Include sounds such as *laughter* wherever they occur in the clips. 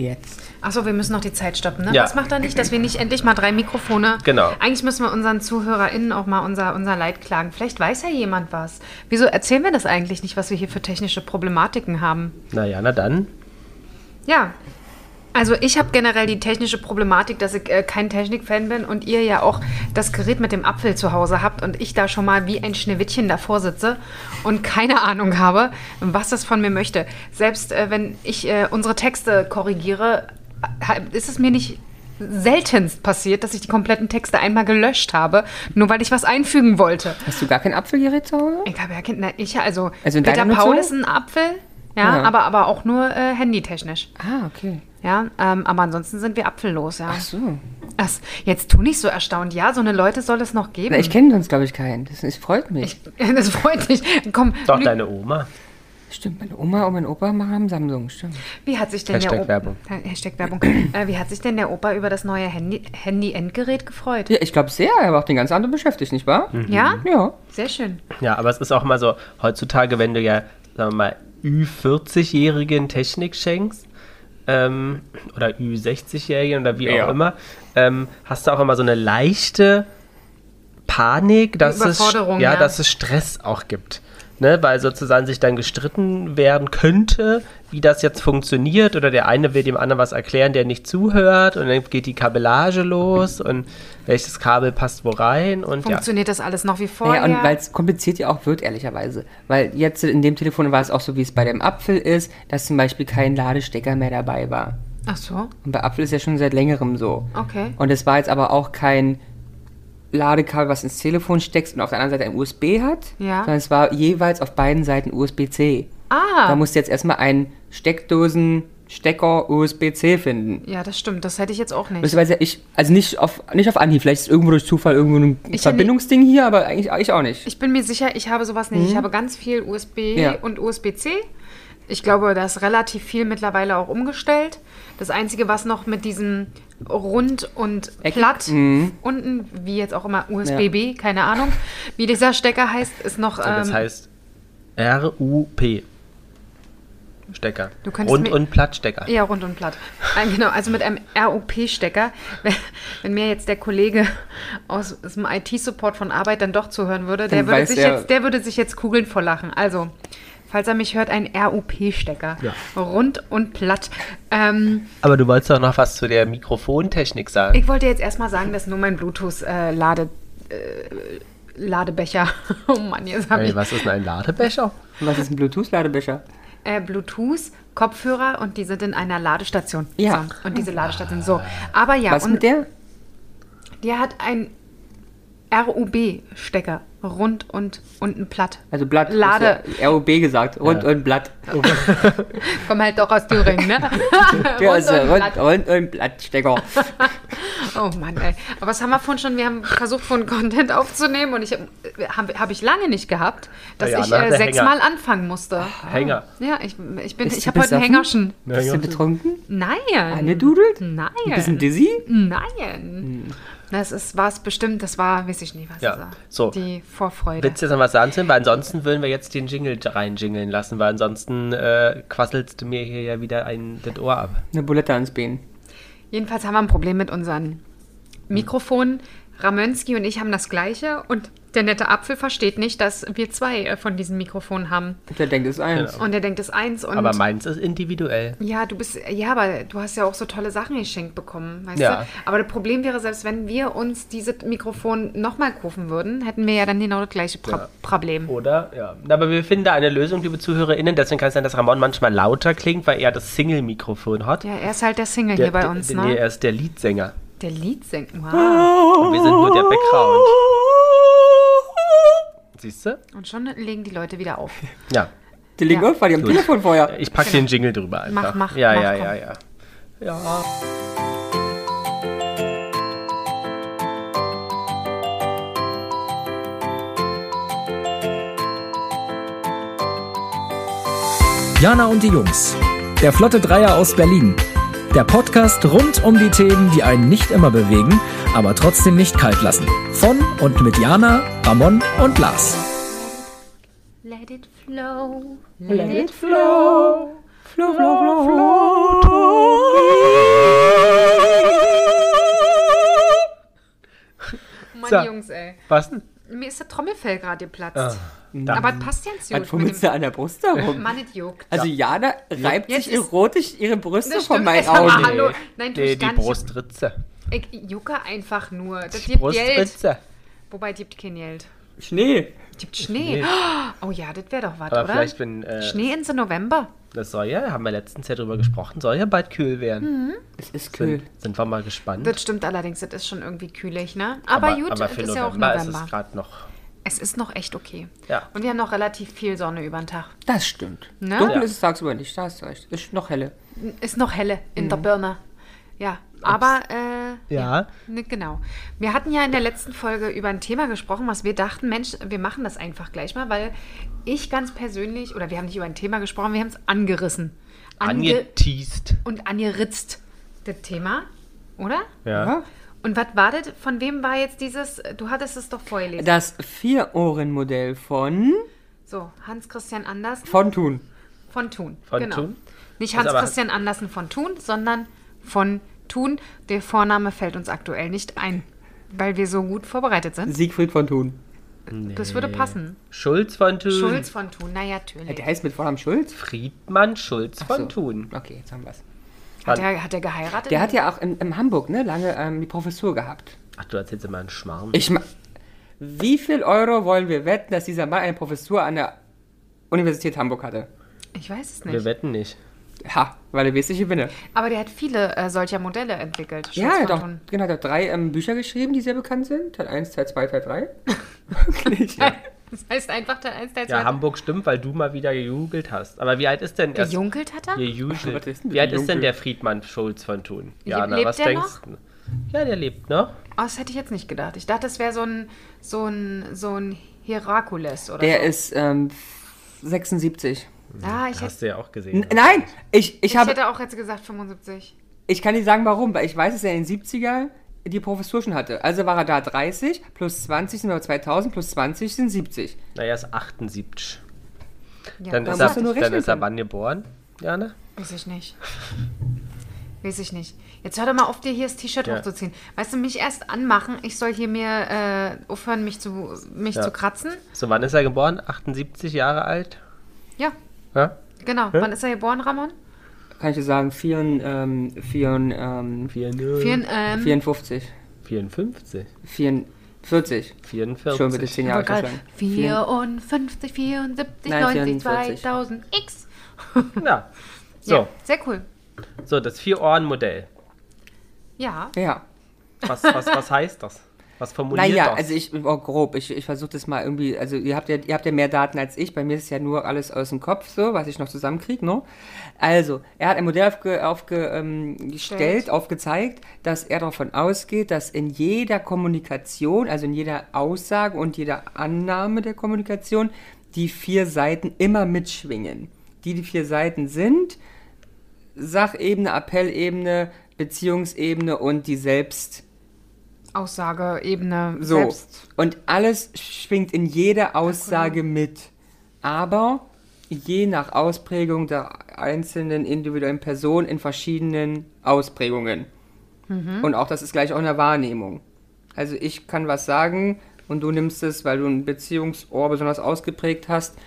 Jetzt. Achso, wir müssen noch die Zeit stoppen, ne? Ja. Das macht er nicht, dass wir nicht endlich mal drei Mikrofone. Genau. Eigentlich müssen wir unseren ZuhörerInnen auch mal unser, unser Leid klagen. Vielleicht weiß ja jemand was. Wieso erzählen wir das eigentlich nicht, was wir hier für technische Problematiken haben? Naja, na dann. Ja. Also ich habe generell die technische Problematik, dass ich äh, kein Technikfan bin und ihr ja auch das Gerät mit dem Apfel zu Hause habt und ich da schon mal wie ein Schneewittchen davor sitze und keine Ahnung habe, was das von mir möchte. Selbst äh, wenn ich äh, unsere Texte korrigiere, ha- ist es mir nicht seltenst passiert, dass ich die kompletten Texte einmal gelöscht habe, nur weil ich was einfügen wollte. Hast du gar kein Apfelgerät zu Hause? Ich habe ja Kinder, ich also, Also in Peter deiner Nutzung? Paul ist ein Apfel, ja, Ja. aber aber auch nur äh, handytechnisch. Ah, okay. Ja, ähm, aber ansonsten sind wir apfellos, ja. Ach so. Das, jetzt tu nicht so erstaunt. Ja, so eine Leute soll es noch geben. Na, ich kenne sonst, glaube ich, keinen. Das, das freut mich. *laughs* das freut mich. Komm, Doch, lü- deine Oma. Stimmt, meine Oma und mein Opa haben Samsung, stimmt. wie hat sich denn Hashtag der Werbung. Opa, Hashtag Werbung. äh, wie hat sich denn der Opa über das neue Handy, Handy-Endgerät gefreut? Ja, ich glaube sehr, er war auch den ganzen Abend beschäftigt, nicht wahr? Ja? Ja. Sehr schön. Ja, aber es ist auch mal so, heutzutage, wenn du ja, sagen wir mal, Ü40-Jährigen Technik schenkst, ähm, oder Ü60-Jährigen oder wie Ja. auch immer, ähm, hast du auch immer so eine leichte Panik, dass, es, Überforderung, ja, ja. dass es Stress auch gibt. Ne, weil sozusagen sich dann gestritten werden könnte, wie das jetzt funktioniert, oder der eine will dem anderen was erklären, der nicht zuhört, und dann geht die Kabellage los und welches Kabel passt wo rein und ja. Funktioniert das alles noch wie vorher? Naja, und weil es kompliziert Oh, ja auch wird, ehrlicherweise. Weil jetzt in dem Telefon war es auch so, wie es bei dem Apfel ist, dass zum Beispiel kein Ladestecker mehr dabei war. Ach so. Und bei Apfel ist ja schon seit längerem so. Okay. Und es war jetzt aber auch kein Ladekabel, was ins Telefon steckst und auf der anderen Seite ein USB hat, Ja. sondern es war jeweils auf beiden Seiten USB-C. Ah. Da musst du jetzt erstmal einen Steckdosen-Stecker USB-C finden. Ja, das stimmt. Das hätte ich jetzt auch nicht. Beziehungsweise ich, also nicht auf, nicht auf Anhieb, vielleicht ist irgendwo durch Zufall irgendwo ein Ich- Verbindungsding hier, aber eigentlich ich auch nicht. Ich bin mir sicher, ich habe sowas nicht. Ich habe ganz viel USB Ja. und USB-C. Ich glaube, da ist relativ viel mittlerweile auch umgestellt. Das Einzige, was noch mit diesem rund und Eckig? platt unten, wie jetzt auch immer USB-B, keine Ahnung, wie dieser Stecker heißt, ist noch. Ähm, Und das heißt RUP. Stecker. Du könntest Rund- mir- und Plattstecker. Ja, rund und platt. Äh, Genau, also mit einem ROP-Stecker. Wenn- Wenn mir jetzt der Kollege aus aus dem IT-Support von Arbeit dann doch zuhören würde, der Dann würde, weiß sich er- jetzt, der würde sich jetzt kugeln vor Lachen. Also, falls er mich hört, ein ROP-Stecker. Ja. Rund und platt. Ähm, Aber du wolltest doch noch was zu der Mikrofontechnik sagen. ich wollte jetzt erstmal sagen, dass nur mein Bluetooth-Lade. Äh, Ladebecher. *laughs* Oh Mann, jetzt habe ich Ey, was ist denn ein Ladebecher? Und was ist ein Bluetooth-Ladebecher? äh, Bluetooth, Kopfhörer und die sind in einer Ladestation. Ja. So, und diese Ladestation. So. Aber ja, was und mit der? Der hat ein RUB-Stecker. Rund und unten platt. Also Blatt. Lade. ist Ja ROB gesagt. Rund und *laughs* Blatt. Komm halt doch aus Thüringen, *laughs* ne? Ja, Rund also und rund, platt. rund und Blattstecker. Oh Mann, ey. Aber was haben wir vorhin schon? Wir haben versucht, vorhin Content aufzunehmen und ich habe hab ich lange nicht gehabt, dass Ja, ich ne? äh, Der sechsmal anfangen musste. Hänger. Ja, ich, ich bin, Ah. Bist ich du habe heute einen besoffen? Hängerschen. Bist du betrunken? Nein. Angedudelt? Nein. Ein bisschen Hm. dizzy? Nein. Das ist, war es bestimmt, das war, weiß ich nicht, was Ja, es war. so. Die Vorfreude. Willst du jetzt noch was sagen, Tim? Weil ansonsten würden wir jetzt den Jingle reinjingeln lassen, weil ansonsten äh, quasselst du mir hier ja wieder ein, das Ohr ab. Eine Bulette ans Bein. Jedenfalls haben wir ein Problem mit unseren Mikrofonen. Ramönski und ich haben das gleiche und der nette Apfel versteht nicht, dass wir zwei äh, von diesen Mikrofonen haben. Und der denkt, es ist eins. Genau. Und er denkt, es ist eins und. Aber meins ist individuell. ja, du bist, ja, aber du hast ja auch so tolle Sachen geschenkt bekommen, weißt Ja. du? Aber das Problem wäre, selbst wenn wir uns dieses Mikrofon nochmal kaufen würden, hätten wir ja dann genau das gleiche Pro Problem. Oder? Ja. Aber wir finden da eine Lösung, liebe ZuhörerInnen. Deswegen kann es sein, dass Ramon manchmal lauter klingt, weil er das Single-Mikrofon hat. Ja, er ist halt der Single hier bei uns, Nee, ne? er Ah. ist der Leadsänger. Der Leadsänger. Wow. Und wir sind nur der Background. Siehst du? Und schon legen die Leute wieder *laughs* auf. Ja. Die liegen Ja. irgendwann, die haben Gut. Telefon vorher. Ich packe den Jingle drüber einfach. Genau. Mach, mach, ja, mach, ja, komm. ja, ja. Jana und die Jungs. Der Flotte Dreier aus Berlin. Der Podcast rund um die Themen, die einen nicht immer bewegen, aber trotzdem nicht kalt lassen. Von und mit Jana, Ramon und Lars. Let it flow. Let it flow. Flow, flow, flow, flow. die Jungs, ey. Was denn? Mir ist der Trommelfell gerade geplatzt. Ah, da- Aber es passt ganz Man gut. mit fummelt da an der Brust herum. Mann, es juckt. Also Jana reibt Jetzt sich ist- erotisch ihre Brüste Das von stimmt, meinen jetzt haben wir Augen. alle- Hallo. Nein, tu Oh, nee, ich die gar nicht. Brustritze. Ich jucke einfach nur. Das Die gibt Geld. Brustritze. Wobei, gibt kein Geld. Schnee. Gibt Schnee. Nee. Oh ja, das wäre doch was, Aber oder? vielleicht, wenn äh, Schnee ins November. das soll ja, haben wir letztens ja drüber gesprochen, soll ja bald kühl werden. Es ist kühl. Sind, sind wir mal gespannt. Hm. Das stimmt allerdings, das ist schon irgendwie kühlig, ne? Aber, gut, es ist ja auch November. ist es gerade noch. es ist noch echt okay. Ja. Und wir haben noch relativ viel Sonne über den Tag. Das stimmt. Ne? Dunkel Ja. ist es tagsüber nicht, da hast du recht. Ist noch helle. Ist noch helle in der Birne. Ja, aber äh, Ja. ne, genau. Wir hatten ja in der letzten Folge über ein Thema gesprochen, was wir dachten, Mensch, wir machen das einfach gleich mal, weil ich ganz persönlich, oder wir haben nicht über ein Thema gesprochen, wir haben es angerissen. Ange Angeteased. und angeritzt, das Thema, oder? Ja. Und was war das? Von wem war jetzt dieses, du hattest es doch vorgelesen. Das Vier-Ohren-Modell von so, Hans-Christian Andersen von Thun. von Thun. Genau. Von Thun? Nicht Also aber- Hans-Christian Andersen von Thun, sondern von Thun. Der Vorname fällt uns aktuell nicht ein, weil wir so gut vorbereitet sind. Siegfried von Thun. Das würde passen. Schulz von Thun. Schulz von Thun, naja, Ja, natürlich. Der heißt mit Vornamen Schulz? Friedmann Schulz So. von Thun. Okay, jetzt haben wir's. Hat er, hat er geheiratet? Der hat ja auch in, in Hamburg ne, lange ähm, die Professur gehabt. Ach, du erzählst immer einen Schmarrn. Ich ma Wie viel Euro wollen wir wetten, dass dieser Mann eine Professur an der Universität Hamburg hatte? ich weiß es Wir nicht. wetten nicht. Ha, weil er weiß, ich gewinne. Aber der hat viele äh, solcher Modelle entwickelt. Schulz ja, er von hat auch, Thun. genau, er hat drei ähm, Bücher geschrieben, die sehr bekannt sind. Teil 1, Teil 2, Teil 3. Wirklich? *laughs* Das heißt einfach Teil 1, Teil 2. Ja, Hamburg stimmt, weil du mal wieder gegoogelt hast. Aber wie alt ist denn erst- Gejunkelt hat er? *laughs* Gejunkelt. Was ist denn Wie alt ist gejunkelt? denn der Friedmann Schulz von Thun? Le- lebt was der denkst du? Ja, der lebt noch. Ah, Oh, das hätte ich jetzt nicht gedacht. Ich dachte, das wäre so ein, so ein, so ein Herakules oder Der so. ist ähm, 76. ah, ich hätte, Hast du ja auch gesehen. N nein, ich, ich ich habe hätte auch jetzt gesagt 75. Ich kann nicht sagen, warum, weil ich weiß, dass er in den 70er die Professur schon hatte. Also war er da 30, plus 20 sind wir bei 2000, plus 20 sind 70. Naja, ist 78. Ja, Dann da ist, musst du er, nur dann rechnen ist er können. wann geboren? Jana? Weiß ich nicht. Weiß ich nicht. Jetzt hör doch mal auf, dir hier das T-Shirt Ja. hochzuziehen. Weißt du, mich erst anmachen. Ich soll hier mir äh, aufhören, mich, zu, mich Ja. zu kratzen. So, wann ist er geboren? 78 Jahre alt? Ja, Ja? genau. Wann ist er geboren, Ramon? Kann ich dir sagen, 4, ähm, 4, ähm, 4, ähm, 54, 54. 44. Schon bitte 44. 10 Jahre Egal. verschlagen. 54, 74, Nein, 90, 44. 2000, x. Ja. So, Ja, sehr cool. so das Vier-Ohren-Modell. Ja, Ja. Was, was, was *laughs* heißt das? Was formuliert Naja, das? also ich, oh, grob, ich, ich versuche das mal irgendwie, also ihr habt, ja, ihr habt ja mehr Daten als ich, bei mir ist ja nur alles aus dem Kopf so, was ich noch zusammenkriege, ne? Also, er hat ein Modell aufgestellt, aufge, ähm, gestellt, aufgezeigt, dass er davon ausgeht, dass in jeder Kommunikation, also in jeder Aussage und jeder Annahme der Kommunikation, die vier Seiten immer mitschwingen. Die die vier Seiten sind, Sachebene, Appellebene, Beziehungsebene und die Selbst- Aussageebene so. selbst. Und alles schwingt in jeder Aussage mit. Aber je nach Ausprägung der einzelnen individuellen Person in verschiedenen Ausprägungen. Mhm. Und auch das ist gleich auch eine Wahrnehmung. Also ich kann was sagen und du nimmst es, weil du ein Beziehungsohr besonders ausgeprägt hast,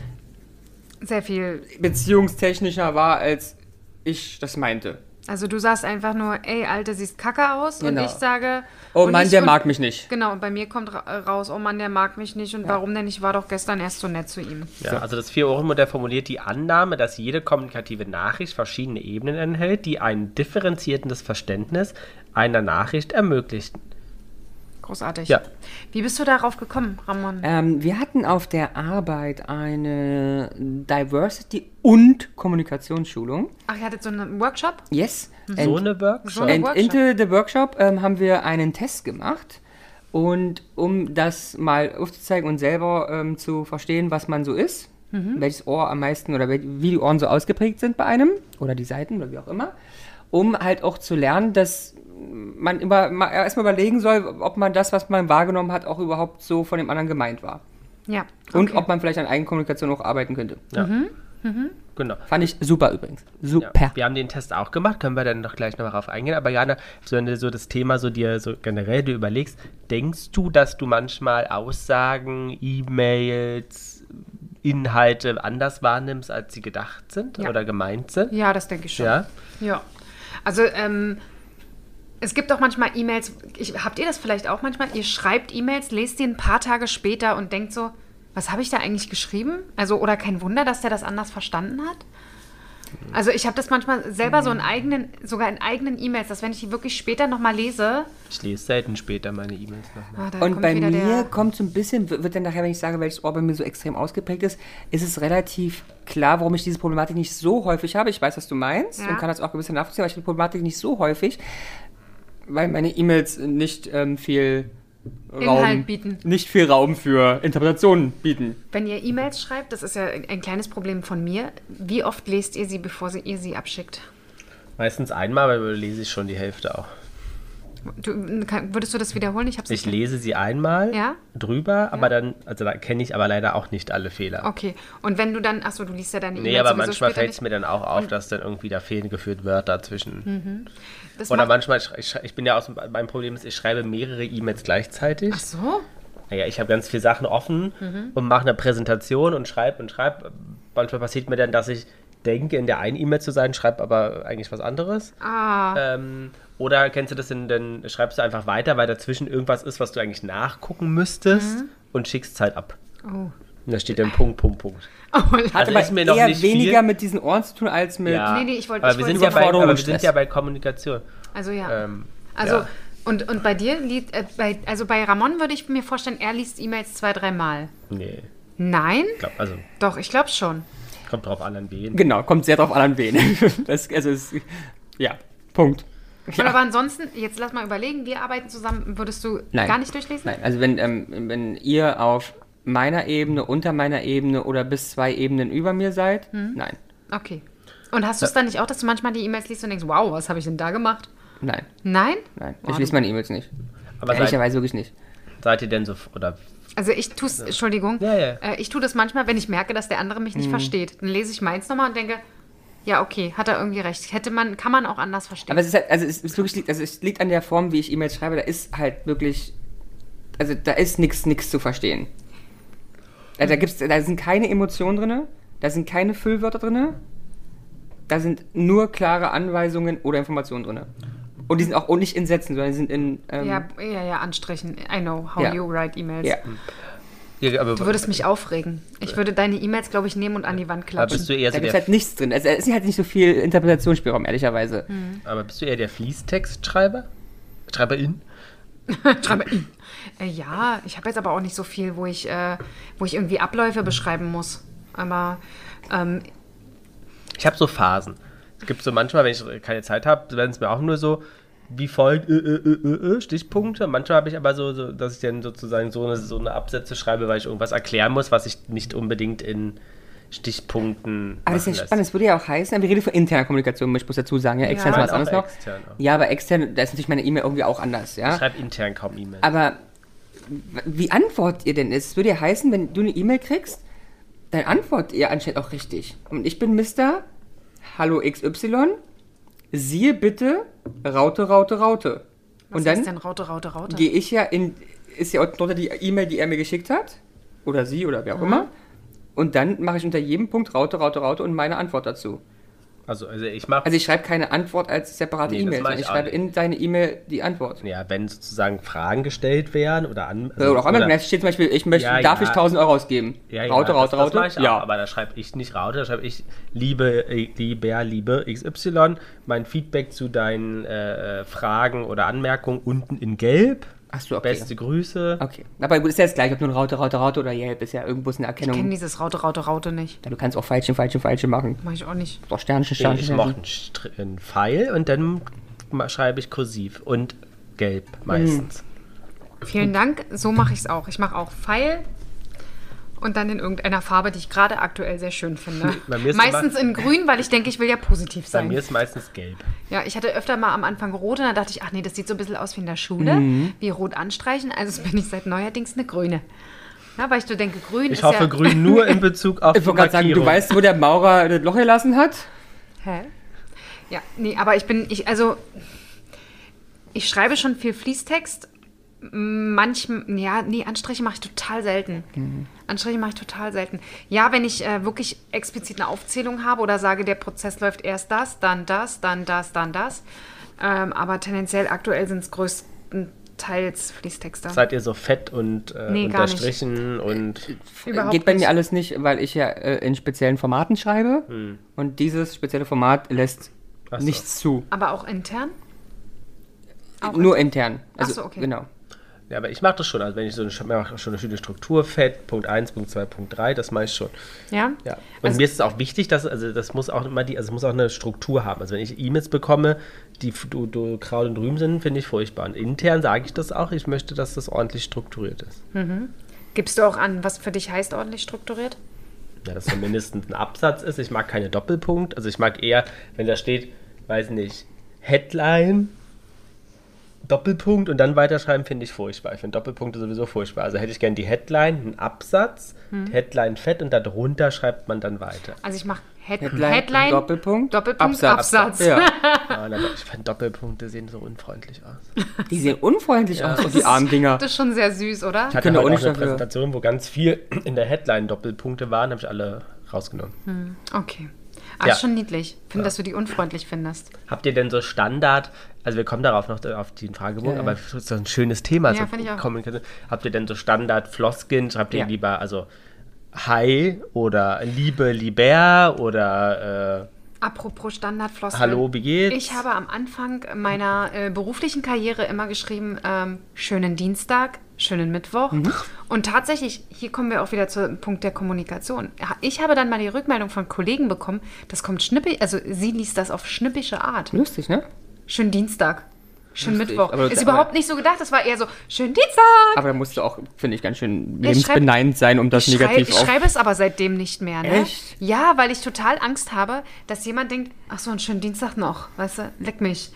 Sehr viel. beziehungstechnischer war, als ich das meinte. Also du sagst einfach nur, ey, Alter, siehst kacke aus. Genau. Und ich sage... Oh und Mann, ich- der und- mag mich nicht. Genau, und bei mir kommt ra- raus, oh Mann, der mag mich nicht und warum denn? Ich war doch gestern erst so nett zu ihm. Ja, also das Vier-Ohren-Modell formuliert die Annahme, dass jede kommunikative Nachricht verschiedene Ebenen enthält, die ein differenziertes Verständnis einer Nachricht ermöglichen. Großartig. Ja. Wie bist du darauf gekommen, Ramon? Ähm, wir hatten auf der Arbeit eine Diversity- und Kommunikationsschulung. Ach, ihr hattet so einen Workshop? Yes. So And, eine Workshop. eine- and Workshop. into the Workshop ähm, haben wir einen Test gemacht. Und um das mal aufzuzeigen und selber ähm, zu verstehen, was man so ist, welches Ohr am meisten oder wel- wie die Ohren so ausgeprägt sind bei einem oder die Seiten oder wie auch immer, um halt auch zu lernen, dass man immer mal erstmal überlegen soll, ob man das, was man wahrgenommen hat, auch überhaupt so von dem anderen gemeint war. Ja. Und okay. ob man vielleicht an Eigenkommunikation auch arbeiten könnte. Ja. Genau. Fand ich super übrigens. Ja. Super. Wir haben den Test auch gemacht, können wir dann doch gleich noch mal drauf eingehen. Aber Jana, so, wenn du so das Thema so dir so generell dir überlegst, denkst du, dass du manchmal Aussagen, E-Mails, Inhalte anders wahrnimmst, als sie gedacht sind Ja. oder gemeint sind? Ja, das denke ich schon. Ja. Ja. Also, ähm, es gibt auch manchmal E-Mails, ich- habt ihr das vielleicht auch manchmal? Ihr schreibt E-Mails, lest die ein paar Tage später und denkt so, was habe ich da eigentlich geschrieben? Also, oder kein Wunder, dass der das anders verstanden hat? Also, ich habe das manchmal selber so in Mhm. eigenen, sogar in eigenen E-Mails, dass wenn ich die wirklich später nochmal lese, Ich lese selten später meine E-Mails nochmal. ah, da Und kommt bei wieder mir der, kommt so ein bisschen, w- wird dann nachher, wenn ich sage, welches Ohr bei mir so extrem ausgeprägt ist, ist es relativ klar, warum ich diese Problematik nicht so häufig habe. Ich weiß, was du meinst Ja. und kann das auch ein bisschen nachvollziehen, aber ich habe die Problematik nicht so häufig, weil meine E-Mails nicht ähm, viel Raum, Inhalt bieten. nicht viel Raum für Interpretationen bieten. wenn ihr E-Mails schreibt, das ist ja ein ein kleines Problem von mir, wie oft lest ihr sie, bevor sie, ihr sie abschickt? Meistens einmal, aber lese ich schon die Hälfte auch. Du, kann, würdest du das wiederholen? Ich habe Ich lese sie einmal Ja. drüber, aber dann, also da kenne ich aber leider auch nicht alle Fehler. Okay, und wenn du dann, achso, du liest ja deine Nee, E-Mails aber sowieso manchmal später fällt es mir nicht. Hm. dann auch auf, dass dann irgendwie da fehlgeführt Wörter zwischen Das Oder macht, manchmal, schrei- ich, schrei- ich bin ja aus dem, mein Problem ist, ich schreibe mehrere E-Mails gleichzeitig. ach so, Naja, ich habe ganz viele Sachen offen Mhm. und mache eine Präsentation und schreibe und schreibe. Manchmal passiert mir dann, dass ich denke, in der einen E-Mail zu sein, schreibe aber eigentlich was anderes. ah, Ähm, oder kennst du das denn, dann schreibst du einfach weiter, weil dazwischen irgendwas ist, was du eigentlich nachgucken müsstest Mhm. und schickst es halt ab. oh. *laughs* Und da steht dann Punkt, Punkt, Punkt. oh Hat Also aber ist mir noch eher nicht viel- weniger mit diesen Ohren zu tun als mit. Ja. Äh, Nee, nee, ich wollte- aber ich wir wollte sind ja bei, Überforderung aber wir und sind Stress. ja bei Kommunikation. also ja. Ähm, also, ja. Und, und bei dir, liest- äh, bei, also bei Ramon würde ich mir vorstellen, er liest E-Mails zwei, dreimal. Nee, Nein? glaub, also Doch, ich glaube schon. kommt drauf an, an wen. Genau, kommt sehr drauf an, an wen. *laughs* das, also es, ja, Punkt. Und aber ansonsten, jetzt lass mal überlegen, wir arbeiten zusammen, würdest du Nein. gar nicht durchlesen? Nein, also wenn, ähm, wenn ihr auf meiner Ebene, unter meiner Ebene oder bis zwei Ebenen über mir seid, Hm. nein, Okay. Und hast du es dann nicht auch, dass du manchmal die E-Mails liest und denkst, wow, was habe ich denn da gemacht? nein, Nein? nein. Wow, ich du- lese meine E-Mails nicht. Aber seid, Ehrlicherweise wirklich nicht. seid ihr denn so, oder Also ich tue es, Entschuldigung, Ja, ja. Äh, ich tue das manchmal, wenn ich merke, dass der andere mich Mhm. nicht versteht. Dann lese ich meins nochmal und denke, ja, okay, hat er irgendwie recht. Hätte man, kann man auch anders verstehen. Aber es ist halt, also es ist wirklich, liegt- also es liegt an der Form, wie ich E-Mails schreibe, da ist halt wirklich, also da ist nichts, nichts zu verstehen. Also Mhm. da gibt's, da sind keine Emotionen drinne, da sind keine Füllwörter drinne, da sind nur klare Anweisungen oder Informationen drinne. Und die sind auch und nicht in Sätzen, sondern die sind in, ähm, ja, ja, ja, anstrichen. I know how Ja. you write E-Mails. ja. Ja, aber, Du würdest mich aufregen. Ich würde deine E-Mails, glaube ich, nehmen und an die Wand aber klatschen. bist du eher Da so gibt der, es halt nichts drin. Also, es ist halt nicht so viel Interpretationsspielraum, ehrlicherweise. aber bist du eher der Fließtextschreiber? Schreiberin? Äh, ja, ich habe jetzt aber auch nicht so viel, wo ich, äh, wo ich irgendwie Abläufe beschreiben muss. Aber ähm, Ich habe so Phasen. Es gibt so manchmal, wenn ich keine Zeit habe, werden es mir auch nur so wie folgt äh, äh, äh, äh, äh, Stichpunkte. Manchmal habe ich aber so, so, dass ich dann sozusagen so eine, so eine Absätze schreibe, weil ich irgendwas erklären muss, was ich nicht unbedingt in Stichpunkten Aber das machen ist ja lässt. spannend. Das würde ja auch heißen, wir reden von interner Kommunikation, muss ich bloß dazu sagen. Ja, extern Ja. ist was Ich meine auch anderes extern, noch. aber- Ja, aber extern, da ist natürlich meine E-Mail irgendwie auch anders. Ich Ja? schreibe intern kaum E-Mails. Aber w- wie antwortet ihr denn? Es würde ja heißen, wenn du eine E-Mail kriegst, dann antwortet ihr anscheinend auch richtig. Und ich bin Mister Hallo XY, siehe bitte Raute, Raute, Raute. was Und dann ist denn Raute, Raute, Raute? gehe ich ja in, ist ja unten drunter die E-Mail, die er mir geschickt hat. Oder sie oder Mhm. wer auch immer. Und dann mache ich unter jedem Punkt Raute, Raute, Raute und meine Antwort dazu. Also, also ich mache. Also ich schreibe keine Antwort als separate Nee, das E-Mail, mache sondern ich ich schreibe auch in deine E-Mail die Antwort. ja, wenn sozusagen Fragen gestellt werden oder an. also- Oder auch einmal, da steht zum Beispiel, ich möchte, Ja, darf ja. ich 1000 Euro ausgeben? Ja, Raute, ja, Raute, das, Raute? Das mach ich auch, ja. aber da schreibe ich nicht Raute, da schreibe ich liebe, äh, lieber, liebe XY, mein Feedback zu deinen äh, äh, Fragen oder Anmerkungen unten in Gelb. Ach so, okay. Beste Grüße. Okay. Aber gut, ist ja jetzt gleich, ob nun Raute, Raute, Raute oder Yelp, ist ja irgendwo ist eine Ich kenne Erkennung. dieses Raute, Raute, Raute nicht. Ja, du kannst auch Falsche, Falsche, Falsche machen. Mache ich auch nicht. Doch Sternchen, Nee, Sternchen. ich mache einen, Str- einen Pfeil und dann ma- schreibe ich kursiv und gelb meistens. Hm, Vielen Dank, so mache ich es auch. Ich mache auch Pfeil und dann in irgendeiner Farbe, die ich gerade aktuell sehr schön finde. *laughs* Bei mir ist Meistens immer- in grün, weil ich denke, ich will ja positiv Bei sein. mir ist meistens gelb. ja, ich hatte öfter mal am Anfang rot und dann dachte ich, ach nee, *laughs* Mhm. das sieht so ein bisschen aus wie in der Schule, wie rot anstreichen. Also bin ich seit neuerdings eine grüne. Na, weil ich so denke, grün Ich ist hoffe, ja... grün nur *laughs* in Bezug auf Äh, Ich wollte gerade sagen, du Markierung. weißt, wo der Maurer das Loch gelassen hat? Hä? Ja, nee, aber ich bin, ich, also, ich schreibe schon viel Fließtext. Manchmal, ja, nee, Anstriche mache ich total selten. Anstriche mache ich total selten. Ja, wenn ich äh, wirklich explizit eine Aufzählung habe oder sage, der Prozess läuft erst das, dann das, dann das, dann das. Ähm, aber tendenziell aktuell sind es größtenteils Fließtexte. Seid ihr so fett und äh, Nee, gar nicht. Äh, unterstrichen und Überhaupt Geht bei nicht. mir alles nicht, weil ich ja äh, in speziellen Formaten schreibe. Und dieses spezielle Format lässt Hm. Ach so. nichts zu. Aber auch intern? Auch Nur intern. Ach Also, so, okay. Genau. Ja, aber ich mache das schon. Also wenn ich so eine, ich mach schon eine schöne Struktur fett, Punkt 1, Punkt 2, Punkt 3, das mache ich schon. Ja? Ja. Und Also- mir ist es auch wichtig, dass, also das muss auch immer die, also es muss auch eine Struktur haben. Also wenn ich E-Mails bekomme, die f- du, du Kraut und Rüben sind, finde ich furchtbar. Und intern sage ich das auch, ich möchte, dass das ordentlich strukturiert ist. Gibst du auch an, was für dich heißt ordentlich strukturiert? Ja, dass da mindestens ein Absatz ist. Ich mag keine Doppelpunkt. Also ich mag eher, wenn da steht, weiß nicht, Headline, Doppelpunkt und dann weiterschreiben, finde ich furchtbar. Ich finde Doppelpunkte sowieso furchtbar. Also hätte ich gern die Headline, einen Absatz, Headline fett und darunter schreibt man dann weiter. Also ich mache Head Headline, Headline, Doppelpunkt, Doppelpunkt, Absatz. Absatz. Ja. *laughs* Ah, aber ich finde Doppelpunkte sehen so unfreundlich aus. Die sehen unfreundlich aus, so die armen Dinger. Das ist schon sehr süß, oder? Ich hatte Können wir heute auch auch eine nicht dafür. Präsentation, wo ganz viel in der Headline Doppelpunkte waren, habe ich alle rausgenommen. Okay. Ah, Ja. ist schon niedlich. Finde, dass du die unfreundlich findest. Habt ihr denn so Standard, also wir kommen darauf noch auf den Fragebogen, Ja. aber das ist doch ein schönes Thema. Ja, so finde ich auch. Kommunikation. Habt ihr denn so Standard Floskeln? Schreibt ihr Ja. lieber, also Hi oder Liebe, Liber oder Apropos Standardfloskeln. Hallo, wie geht's? Ich habe am Anfang meiner äh, beruflichen Karriere immer geschrieben, ähm, schönen Dienstag, schönen Mittwoch. Und tatsächlich, hier kommen wir auch wieder zum Punkt der Kommunikation. Ja, Ich habe dann mal die Rückmeldung von Kollegen bekommen, das kommt schnippig, also sie liest das auf schnippische Art. Lustig, ne? Schönen Dienstag, schönen Lustig, Mittwoch. aber- ist aber- überhaupt nicht so gedacht, das war eher so, schönen Dienstag. Aber da musst du auch, finde ich, ganz schön Ja, ich schreib- lebensbeneint sein, um das Ich schrei- negativ Ich schreibe es aber seitdem nicht mehr, ne? Echt? Ja, weil ich total Angst habe, dass jemand denkt, ach so, einen schönen Dienstag noch, weißt du, leck mich.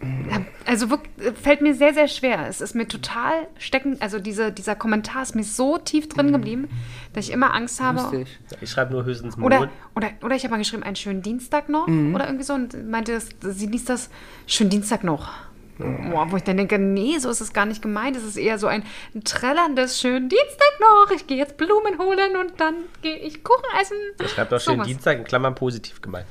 Mhm. Also wirk- fällt mir sehr, sehr schwer. Es ist mir total stecken, also diese, dieser Kommentar ist mir so tief drin geblieben, dass ich immer Angst habe. Mhm. Lustig. äh, ich schreibe nur höchstens Oder, Mon- oder, oder ich habe mal geschrieben, einen schönen Dienstag noch Mhm. oder irgendwie so und meinte, das, sie liest das, schönen Dienstag noch. Boah, wo ich dann denke, nee, so ist es gar nicht gemeint. Es ist eher so ein trällerndes, schönen Dienstag noch. Ich gehe jetzt Blumen holen und dann gehe ich Kuchen essen. Ich schreibe doch schön Sowas. Dienstag in Klammern positiv *laughs* gemeint.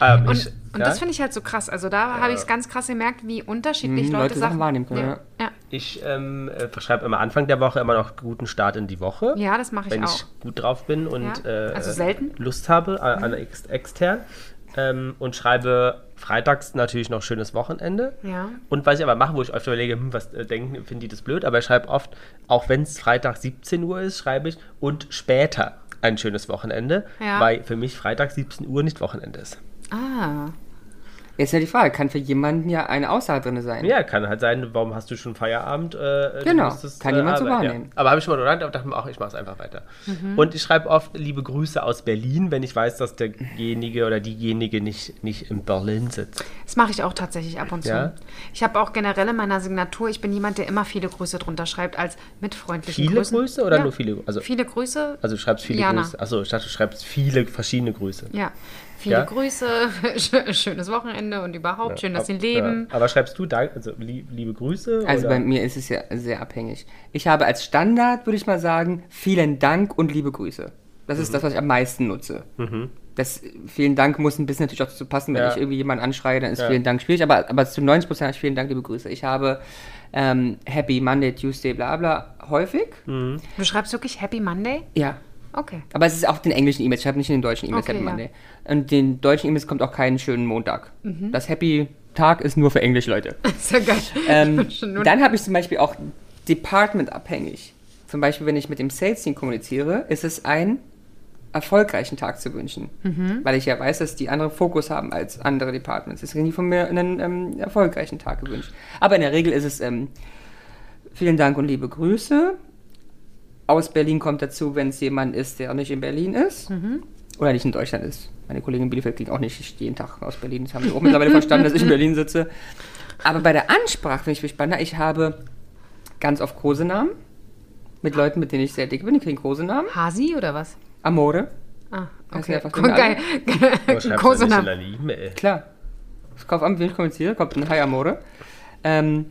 Ähm, Und, ich- und ja? das finde ich halt so krass. Also da habe ich es ganz krass gemerkt, wie unterschiedlich Mhm, Leute, Leute Sachen wahrnehmen können, Ja, ja. Ich ähm, schreibe immer Anfang der Woche immer noch guten Start in die Woche. Ja, das mache ich Wenn auch. ich gut drauf bin und Ja, äh, also selten. Mhm. Lust habe äh, an ex extern. Ähm, und schreibe freitags natürlich noch schönes Wochenende. Ja. Und was ich aber mache, wo ich oft überlege, hm, was äh, denken, finden die das blöd, aber ich schreibe oft, auch wenn es Freitag 17 Uhr ist, schreibe ich und später ein schönes Wochenende, Ja. weil für mich Freitag 17 Uhr nicht Wochenende ist. Ah, Jetzt ist ja die Frage, kann für jemanden ja eine Aussage drin sein? Ja, kann halt sein, warum hast du schon Feierabend? Äh, du Genau, musstest, kann jemand so arbeiten, wahrnehmen. Aber habe ich schon mal gedacht, aber dachte mir auch, ich mache es einfach weiter. Und ich schreibe oft liebe Grüße aus Berlin, wenn ich weiß, dass derjenige oder diejenige nicht, nicht in Berlin sitzt. Das mache ich auch tatsächlich ab und zu. Ja? Ich habe auch generell in meiner Signatur, ich bin jemand, der immer viele Grüße drunter schreibt, als mit freundlichen Viele Grüßen. Grüße oder nur viele? Also, Viele Grüße. also du schreibst viele Jana. Grüße. Achso, ich dachte, du schreibst viele verschiedene Grüße. ja, viele Ja? Grüße, *laughs* sch- schönes Wochenende und überhaupt, schön, dass Sie Ab- leben. Ja. Aber schreibst du da, also lie- liebe Grüße? Also oder? bei mir ist es ja sehr abhängig. Ich habe als Standard, würde ich mal sagen, vielen Dank und liebe Grüße. Das Mhm. ist das, was ich am meisten nutze. Das äh, vielen Dank muss ein bisschen natürlich auch dazu passen, wenn Ja. ich irgendwie jemanden anschreie, dann ist Ja. vielen Dank schwierig, aber, aber zu 90 Prozent habe ich vielen Dank, liebe Grüße. Ich habe ähm, Happy Monday, Tuesday, bla bla häufig. Mhm. Du schreibst wirklich Happy Monday? Ja. Okay. *laughs* Aber es ist auch den englischen E-Mails, ich habe nicht in den deutschen E-Mails Okay, Happy ja. Monday. Und den deutschen E-Mails kommt auch keinen schönen Montag. Mhm. Das Happy Tag ist nur für englische Leute. Ist ja geil. Ich Ähm, bin *laughs* schon nur- dann habe ich zum Beispiel auch departmentabhängig. Zum Beispiel, wenn ich mit dem Sales-Team kommuniziere, ist es einen erfolgreichen Tag zu wünschen. Mhm. Weil ich ja weiß, dass die anderen Fokus haben als andere Departments. Deswegen die von mir einen ähm, erfolgreichen Tag gewünscht. Aber in der Regel ist es ähm, vielen Dank und liebe Grüße. Aus Berlin kommt dazu, wenn es jemand ist, der nicht in Berlin ist Mhm. oder nicht in Deutschland ist. Meine Kollegin in Bielefeld klingt auch nicht jeden Tag aus Berlin. Das haben sie auch mittlerweile verstanden, dass ich *laughs* in Berlin sitze. Aber bei der Ansprache finde ich mich spannender. Ich habe ganz oft Kosenamen. Mit Leuten, mit denen ich sehr dick bin, die kriegen Kosenamen. Hasi oder was? Amore, Ah, Heißen okay. die einfach Guck, den geil. *laughs* Warum schreibst du das Oh, nicht in Äh, Kosenamen. deine E-Mail? klar. Ich kaufe am Bild kommentiere, kommt ein Hi Amore. Ähm,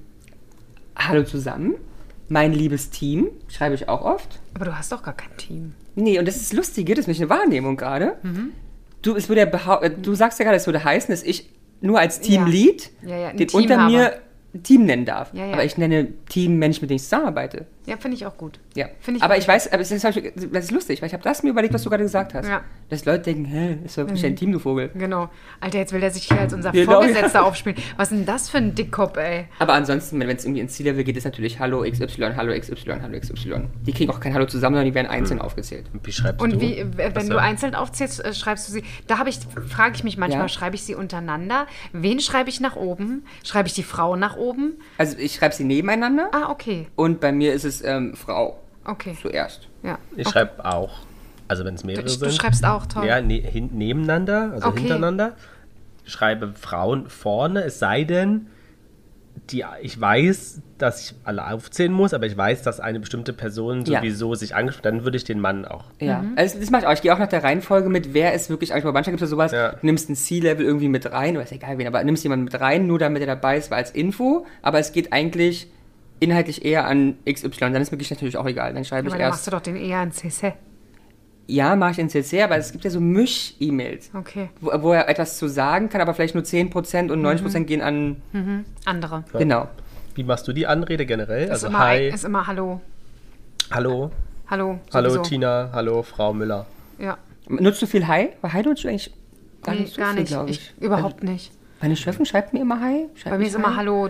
hallo zusammen. Mein liebes Team, schreibe ich auch oft. Aber du hast doch gar kein Team. Nee, und das ist lustig, das ist nicht eine Wahrnehmung gerade. Mhm. Du, es würde ja behau- äh, du sagst ja gerade, es würde heißen, dass ich nur als Teamlead Ja. Ja, ja, ein den unter Teamhaber. mir Team nennen darf. Ja, ja. Aber ich nenne Team Mensch, mit dem ich zusammenarbeite. Ja, finde ich auch gut. Ja. Finde ich aber auch ich weiß, aber es ist, zum Beispiel- das ist lustig, weil ich habe das mir überlegt, was du gerade gesagt hast. Ja. Dass Leute denken, hä, ist doch wirklich ein Team, du Vogel. Genau. Alter, jetzt will der sich hier als unser Genau, Vorgesetzter ja. aufspielen. Was ist denn das für ein Dickkopf, ey? Aber ansonsten, wenn es irgendwie ins Ziellevel geht, ist natürlich Hallo XY, Hallo XY, Hallo XY. Die kriegen auch kein Hallo zusammen, sondern die werden einzeln aufgezählt. Wie schreibst Und du? wie, äh, wenn Achso. du einzeln aufzählst, äh, schreibst du sie. Da habe ich, frage ich mich manchmal, Ja. schreibe ich sie untereinander? Wen schreibe ich nach oben? Schreibe ich die Frau nach oben? Also ich schreibe sie nebeneinander Ah, okay. und bei mir ist es ähm, Frau Okay. zuerst. Ja. Ich schreibe auch. Also wenn es mehrere Du, sind. du schreibst auch, toll. Ja, ne, hin, nebeneinander, also Okay. hintereinander. Ich schreibe Frauen vorne, es sei denn, die, ich weiß, dass ich alle aufzählen muss, aber ich weiß, dass eine bestimmte Person Ja. sowieso sich angesprochen dann würde ich den Mann auch. Ja, Mhm. also das mache ich auch. Ich gehe auch nach der Reihenfolge mit, wer ist wirklich angesprochen. Manchmal gibt es ja sowas, Ja. du nimmst ein C-Level irgendwie mit rein, oder ist egal wen, aber nimmst jemanden mit rein, nur damit er dabei ist, weil als Info, aber es geht eigentlich inhaltlich eher an XY. Dann ist mir Geschichte natürlich auch egal. Dann schreibe Aber ich dann machst erst, du doch den eher in CC. ja, mache ich in CC, aber es gibt ja so Misch-E-Mails, Okay. wo, wo er etwas zu sagen kann, aber vielleicht nur 10% Mhm. und 90% gehen an, Andere. genau. Wie machst du die Anrede generell? ist, Also immer, hi, ist immer Hallo. hallo, Hallo. hallo sowieso. Tina, hallo Frau Müller. Ja. Nutzt du viel Hi? Weil Hi nutzt du eigentlich gar Nee, nicht so gar viel, nicht. glaube ich. Ich, überhaupt nicht. Meine Chefin schreibt mir immer Hi. schreibt Bei mir nicht ist immer Hi. Hallo.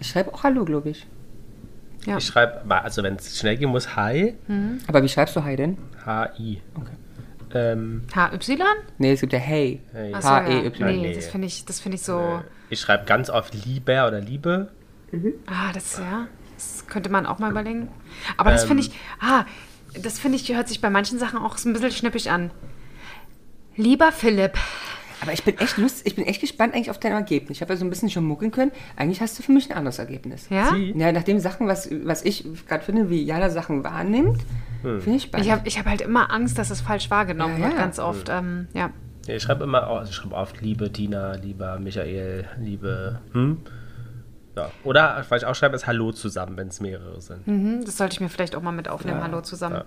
Ich schreibe auch Hallo, glaube ich. Ja. Hm. Ich schreibe, also wenn es schnell gehen muss, hi, Aber wie schreibst du Hi denn? hi. Ähm, HY? Nee, es gibt ja Hey. Hey. Ach so, ja. H-E-Y. Nee, Nee. das finde ich, das finde ich so. ich schreibe ganz oft lieber oder Liebe. Ah, das ja. Das könnte man auch mal überlegen. Aber das Ähm. finde ich, ah, das finde ich, hört sich bei manchen Sachen auch so ein bisschen schnippig an. Lieber Philipp. Aber ich bin echt lust, ich bin echt gespannt eigentlich auf dein Ergebnis. Ich habe ja so ein bisschen schon muckeln können. Eigentlich hast du für mich ein anderes Ergebnis. Ja? Sie? Ja, nach den Sachen, was, was ich gerade finde, wie Jana Sachen wahrnimmt, Hm. finde ich spannend. Ich habe ich hab halt immer Angst, dass es falsch wahrgenommen Ja, wird, ja. ganz oft. Ähm, ja. Ja, ich schreibe immer, also ich schreibe oft liebe Tina, lieber Michael, liebe. Hm? Ja. Oder was ich auch schreibe, ist Hallo zusammen, wenn es mehrere sind. Hm. Mhm, das sollte ich mir vielleicht auch mal mit aufnehmen. Hallo zusammen.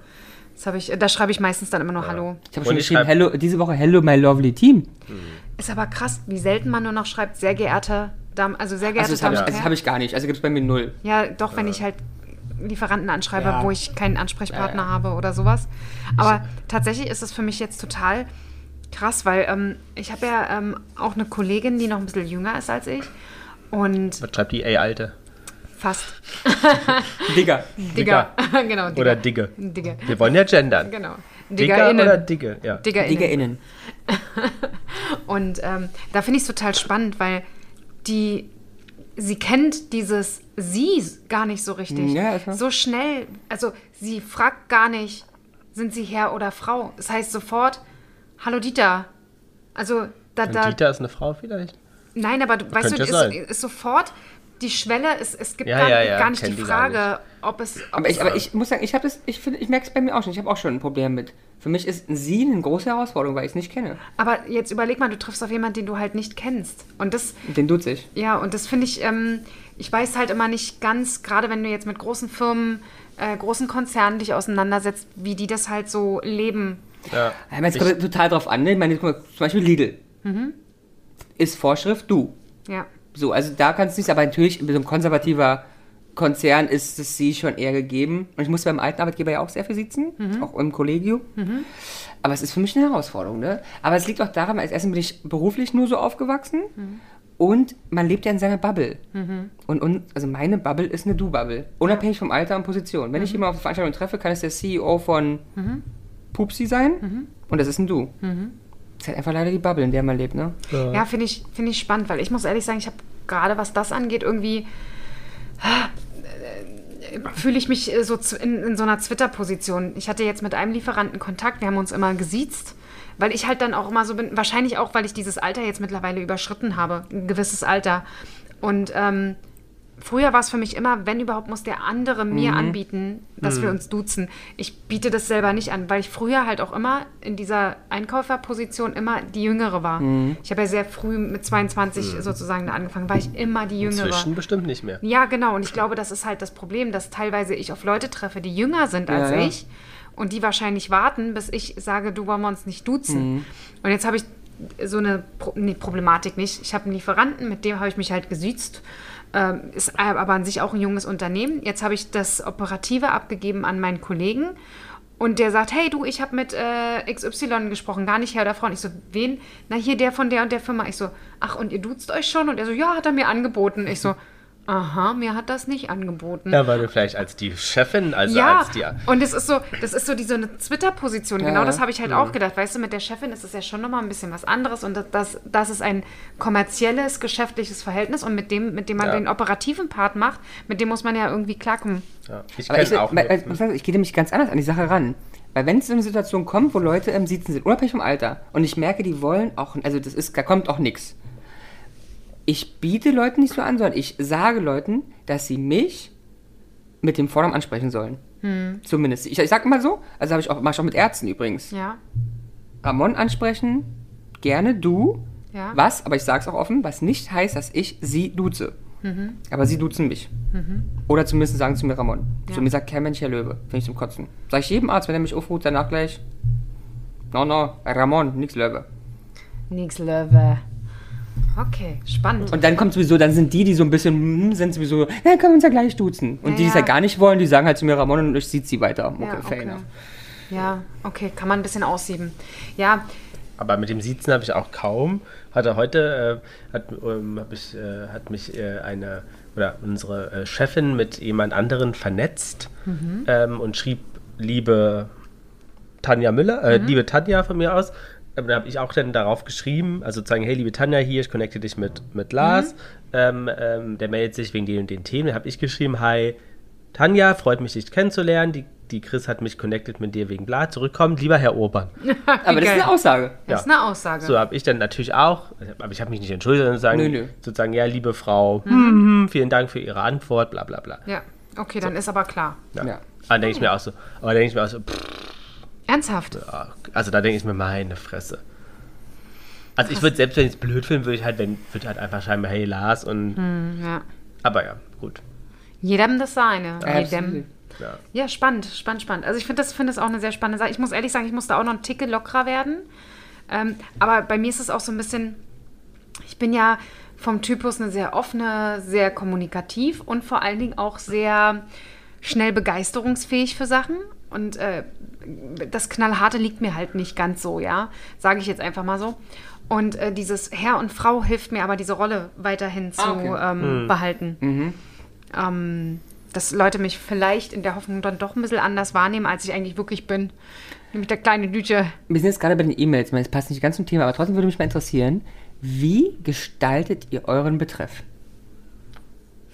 Das habe ich, da schreibe ich meistens dann immer nur Hallo. ich habe Und schon ich geschrieben, schreib- hello, diese Woche Hello, my lovely team. Ist aber krass, wie selten man nur noch schreibt, sehr geehrte Damen, also sehr geehrte Also das habe ich, Damen. also das hab ich gar nicht. Also gibt es bei mir null. Ja, doch, wenn ich halt Lieferanten anschreibe, Äh. Ja. wo ich keinen Ansprechpartner habe oder sowas. Aber tatsächlich ist es für mich jetzt total krass, weil ähm, ich habe ja ähm, auch eine Kollegin, die noch ein bisschen jünger ist als ich. Und Was schreibt die, ey, Alte? fast Digga. Digger. *laughs* genau, Digger. Oder Digge. Digger. Wir wollen ja gendern. Genau. Digger Diggerinnen. oder Digge, ja. Diggerinnen. DiggerInnen. Und ähm, da finde ich es total spannend, weil die, sie kennt dieses Sie gar nicht so richtig. Ja, ist wahr. so schnell, also sie fragt gar nicht, sind sie Herr oder Frau. Das heißt sofort, hallo Dieter. Also da, Und da, Dieter ist eine Frau vielleicht? nein, aber du, weißt du, Könnte ist, ja sein. ist sofort die Schwelle, es, es gibt Ja, gar, ja, ja, gar nicht kennen die die gar Frage, ob es, ob Aber ich, es aber ich muss sagen, ich habe das, ich finde, ich merke es bei mir auch schon. Ich habe auch schon ein Problem mit. Für mich ist sie eine große Herausforderung, weil ich es nicht kenne. aber jetzt überleg mal, du triffst auf jemanden, den du halt nicht kennst. Und das, Und Den duze ich. Ja, und das finde ich, ähm, ich weiß halt immer nicht ganz, gerade wenn du jetzt mit großen Firmen, äh, großen Konzernen dich auseinandersetzt, wie die das halt so leben. Ja. Ja, ich meine, es kommt total drauf an. Ne? Ich meine, guck mal, zum Beispiel Lidl. Ist Vorschrift du. Ja. So, also da kannst du nichts, aber natürlich mit so einem konservativer Konzern ist es sie schon eher gegeben. Und ich musste beim alten Arbeitgeber ja auch sehr viel sitzen, auch im Kollegium. Aber es ist für mich eine Herausforderung, ne? Aber es liegt auch daran, als Essen bin ich beruflich nur so aufgewachsen und man lebt ja in seiner Bubble. Und, und also meine Bubble ist eine Du-Bubble, unabhängig vom Alter und Position. Wenn ich jemanden auf Veranstaltungen treffe, kann es der CEO von Pupsi sein und das ist ein Du. Das ist halt einfach leider die Bubble, in der man lebt, ne? Ja, finde ich, find ich spannend, weil ich muss ehrlich sagen, ich habe gerade, was das angeht, irgendwie fühle ich mich äh, so zw- in, in so einer Twitter-Position. Ich hatte jetzt mit einem Lieferanten Kontakt, wir haben uns immer gesiezt, weil ich halt dann auch immer so bin, wahrscheinlich auch, weil ich dieses Alter jetzt mittlerweile überschritten habe, ein gewisses Alter. Und ähm, Früher war es für mich immer, wenn überhaupt, muss der andere mir anbieten, dass wir uns duzen. Ich biete das selber nicht an, weil ich früher halt auch immer in dieser Einkäuferposition immer die Jüngere war. Ich habe ja sehr früh mit 22 sozusagen da angefangen, war ich immer die Jüngere. Inzwischen bestimmt nicht mehr. Ja, genau. Und ich glaube, das ist halt das Problem, dass teilweise ich auf Leute treffe, die jünger sind als Ja, ja. ich und die wahrscheinlich warten, bis ich sage, du wollen wir uns nicht duzen. Und jetzt habe ich so eine Pro nee, Problematik nicht. Ich habe einen Lieferanten, mit dem habe ich mich halt gesüzt. Ähm, ist aber an sich auch ein junges Unternehmen. Jetzt habe ich das Operative abgegeben an meinen Kollegen. Und der sagt, hey du, ich habe mit äh, XY gesprochen, gar nicht Herr oder Frau. Und ich so, wen? Na hier, der von der und der Firma. Ich so, ach und ihr duzt euch schon? Und er so, ja, hat er mir angeboten. Ich so, aha, mir hat das nicht angeboten. Ja, weil du vielleicht als die Chefin, also Ja, als die. und es ist so, das ist so die, so eine Twitter-Position. Genau Ja. das habe ich halt auch gedacht. Weißt du, mit der Chefin ist es ja schon nochmal ein bisschen was anderes und das, das, das ist ein kommerzielles, geschäftliches Verhältnis und mit dem, mit dem man Ja. den operativen Part macht, mit dem muss man ja irgendwie klarkommen. Ja, ich Aber ich, kenne auch. ma- ma- nur- ich, sag, ich gehe nämlich ganz anders an die Sache ran. Weil wenn es so eine Situation kommt, wo Leute im Sitzen sind, unabhängig vom Alter, und ich merke, die wollen auch, also das ist, da kommt auch nichts. Ich biete Leuten nicht so an, sondern ich sage Leuten, dass sie mich mit dem Vornamen ansprechen sollen. Zumindest. Ich, ich sag mal so, also habe ich auch, mach ich auch mit Ärzten übrigens. Ja, Ramon ansprechen, gerne du. Ja. Was, aber ich sag's auch offen, was nicht heißt, dass ich sie duze. Mhm. Aber sie duzen mich. Oder zumindest sagen zu mir Ramon. Ja. Zu mir sagt kein Mensch Herr Löwe, finde ich zum Kotzen. Sag ich jedem Arzt, wenn er mich aufruft, danach gleich. No, no, Ramon, nix Löwe. nix Löwe. Okay, spannend. Und dann kommt sowieso, dann sind die, die so ein bisschen hm, sind sowieso, ja, können wir uns ja gleich duzen. Und Ja, die, die es ja ja. gar nicht wollen, die sagen halt zu mir Ramon und ich sieht sie weiter. Okay, ja, fair okay. enough. ja, okay, kann man ein bisschen aussieben. Ja, Aber mit dem Siezen habe ich auch kaum. Hatte heute äh, hat, ähm, hab ich, äh, hat mich äh, eine oder unsere äh, Chefin mit jemand anderen vernetzt ähm, und schrieb, liebe Tanja Müller, äh, liebe Tanja von mir aus. Ähm, Da habe ich auch dann darauf geschrieben, also sozusagen, hey, liebe Tanja hier, ich connecte dich mit, mit Lars. Ähm, ähm, der meldet sich wegen den und den Themen. Da habe ich geschrieben, hi, Tanja, freut mich, dich kennenzulernen. Die, die Chris hat mich connected mit dir wegen bla. Zurückkommt, lieber Herr Obern. Aber das ist geil. eine Aussage. das ist eine Aussage. So habe ich dann natürlich auch, aber ich habe mich nicht entschuldigt, sondern sagen, Nö, nö. sozusagen, ja, liebe Frau, hm, hm, vielen Dank für Ihre Antwort, bla bla bla. Ja, okay, dann ist aber klar. Ja. Ja. Aber denke ich mir auch so, aber denke ich mir auch so, pff, Ernsthaft? ah, also da denke ich mir, meine Fresse. Also ich würde, selbst wenn ich es blöd finde, würde ich halt, wenn, würde halt einfach schreiben, hey Lars und, Ja. aber ja, gut. Jedem das seine. Absolut. Jedem. Ja. Ja, spannend, spannend, spannend. Also ich finde das, finde das auch eine sehr spannende Sache. Ich muss ehrlich sagen, ich muss da auch noch ein Ticke lockerer werden. Ähm, aber bei mir ist es auch so ein bisschen, ich bin ja vom Typus eine sehr offene, sehr kommunikativ und vor allen Dingen auch sehr schnell begeisterungsfähig für Sachen. Und äh, das Knallharte liegt mir halt nicht ganz so, ja. Sage ich jetzt einfach mal so. Und äh, dieses Herr und Frau hilft mir aber, diese Rolle weiterhin zu okay. ähm, behalten ähm, dass Leute mich vielleicht in der Hoffnung dann doch ein bisschen anders wahrnehmen, als ich eigentlich wirklich bin. Nämlich der kleine Lüte. Wir sind jetzt gerade bei den E-Mails. Ich meine, Es passt nicht ganz zum Thema, aber trotzdem würde mich mal interessieren, wie gestaltet ihr euren Betreff?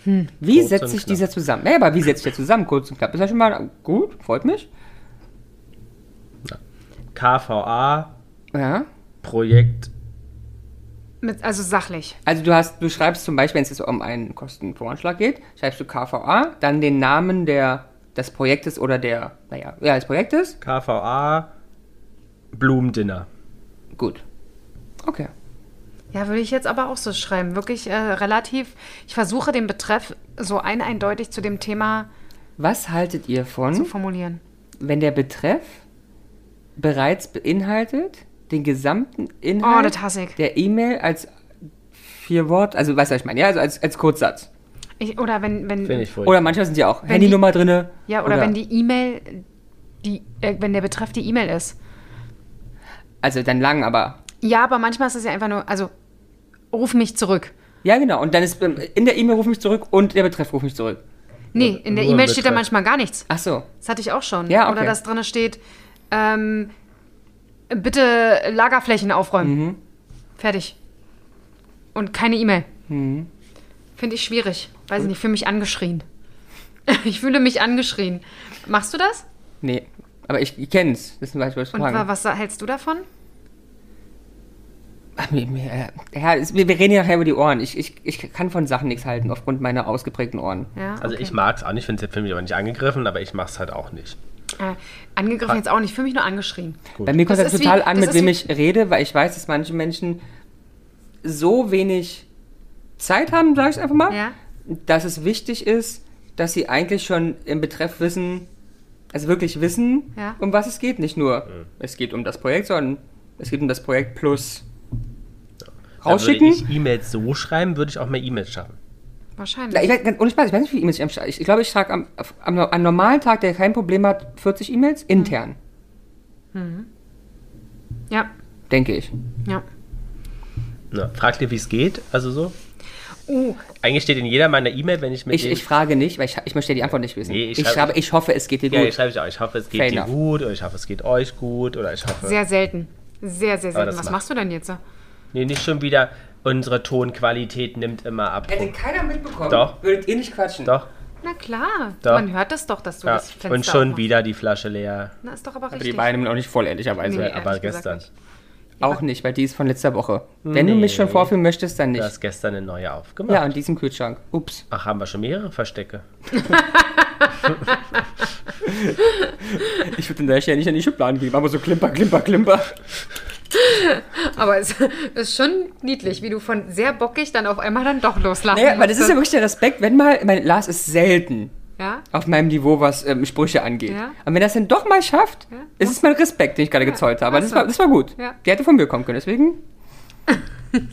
Wie Hm. Kurz setzt und sich knapp. dieser zusammen? Naja, aber wie setzt sich der zusammen? Kurz und knapp. Ist ja schon mal gut, freut mich. KVA, Ja. Projekt, Mit, also sachlich. Also du hast, du schreibst zum Beispiel, wenn es jetzt um einen Kostenvoranschlag geht, schreibst du KVA, dann den Namen der, des Projektes oder der, naja, ja, des Projektes. KVA, Blumendinner. Gut. Okay. Ja, würde ich jetzt aber auch so schreiben. Wirklich äh, relativ. Ich versuche den Betreff so ein eindeutig zu dem Thema Was haltet ihr Hm? zu von, formulieren. wenn der Betreff bereits beinhaltet, den gesamten Oh, Mhm. Inhalt das hasse ich. der E-Mail als vier Wort, also weißt du, was ich meine, ja, also als, als Kurzsatz. ich oder wenn, wenn, Finde ich furchtbar. Oder manchmal sind ja auch die- Handynummer drinne. ja, oder, wenn die E-Mail, die, äh, wenn der Betreff die E-Mail ist. Also dann lang, aber. Ja, aber manchmal ist es ja einfach nur, also ruf mich zurück. Ja, genau. Und dann ist ähm, in der E-Mail ruf mich zurück und der Betreff ruf mich zurück. Nee, in der Nur E-Mail im steht ja Betreff. manchmal gar nichts. Ach so. Das hatte ich auch schon. Ja, okay. Oder dass drin steht, ähm, bitte Lagerflächen aufräumen. Mhm. Fertig. Und keine E-Mail. Mhm. Finde ich schwierig. Weiß ich nicht, fühle mich angeschrien. *laughs* ich fühle mich angeschrien. Machst du das? Nee. Aber ich, ich kenn's. Das ist ein Beispiel, was ich Und wa- fragen. was hältst du davon? Ach, mir- mir- äh, Ja, es- wir, wir reden ja nachher über die Ohren. Ich, ich, ich kann von Sachen nichts halten, aufgrund meiner ausgeprägten Ohren. Ja, Also okay. ich mag es auch nicht, finde es für mich aber nicht angegriffen, aber ich mache es halt auch nicht. Äh, angegriffen jetzt auch nicht, für mich nur angeschrien. Bei mir kommt Das das, ist wie- total an, das mit ist wem wie- ich rede, weil ich weiß, dass manche Menschen so wenig Zeit haben, sage ich einfach mal, Ja. dass es wichtig ist, dass sie eigentlich schon im Betreff wissen, also wirklich wissen, Ja. um was es geht. Nicht nur, es geht um das Projekt, sondern es geht um das Projekt plus Dann rausschicken. Würde ich E-Mails so schreiben, würde ich auch mehr E-Mails schaffen. Na, ich Wahrscheinlich. weiß, ganz ohne Spaß, ich weiß nicht, wie viele E-Mails ich am Start. Ich, ich glaube, ich trage am, auf- am, am normalen Tag, der kein Problem hat, 40 E-Mails intern, Ja, denke ich. ja. Ja. Frag dir, wie es geht, also so. Uh, Eigentlich steht in jeder meiner E-Mail, wenn ich mit Ich, dem- ich frage nicht, weil ich, ich möchte die Antwort nicht wissen. Nee, ich ich, schreibe- schreibe, ich hoffe, es geht dir ja, gut. ich schreibe ich auch. Ich hoffe, es geht Fair dir enough. gut oder ich hoffe, es geht euch gut oder ich hoffe. sehr selten. Sehr, sehr selten. das Was macht- machst du denn jetzt? Nee, nicht schon wieder. Unsere Tonqualität nimmt immer ab. Äh, Hätte keiner mitbekommen, Doch. würdet ihr nicht quatschen. Doch, Na klar, Da. man hört das doch, dass du ja. das Fenster Und schon aufmachst. wieder die Flasche leer. Na, ist doch aber Aber die richtig. beiden sind auch nicht voll, ehrlicherweise. Nee. aber ehrlich gesagt gestern. nicht. Auch nicht, weil die ist von letzter Woche. Wenn du mich schon vorführen möchtest, dann Du nicht. hast gestern eine neue aufgemacht. Ja, und diesen Kühlschrank. Ups. Ach, haben wir schon mehrere Verstecke. Ich würde den ja nicht in die Schubladen geben, aber so klimper, klimper, klimper. Aber es *laughs* ist schon niedlich, wie du von sehr bockig dann auf einmal dann doch loslachen Naja, weil das ist ja musstest. wirklich der Respekt, wenn mal, mein Lars ist selten ja, auf meinem Niveau, was ähm, Sprüche angeht. Ja. Und wenn er es dann doch mal schafft, Ja. ist es mein Respekt, den ich gerade gezollt habe. Aber Ach das so. war, das war gut. Ja. Der hätte von mir kommen können, deswegen.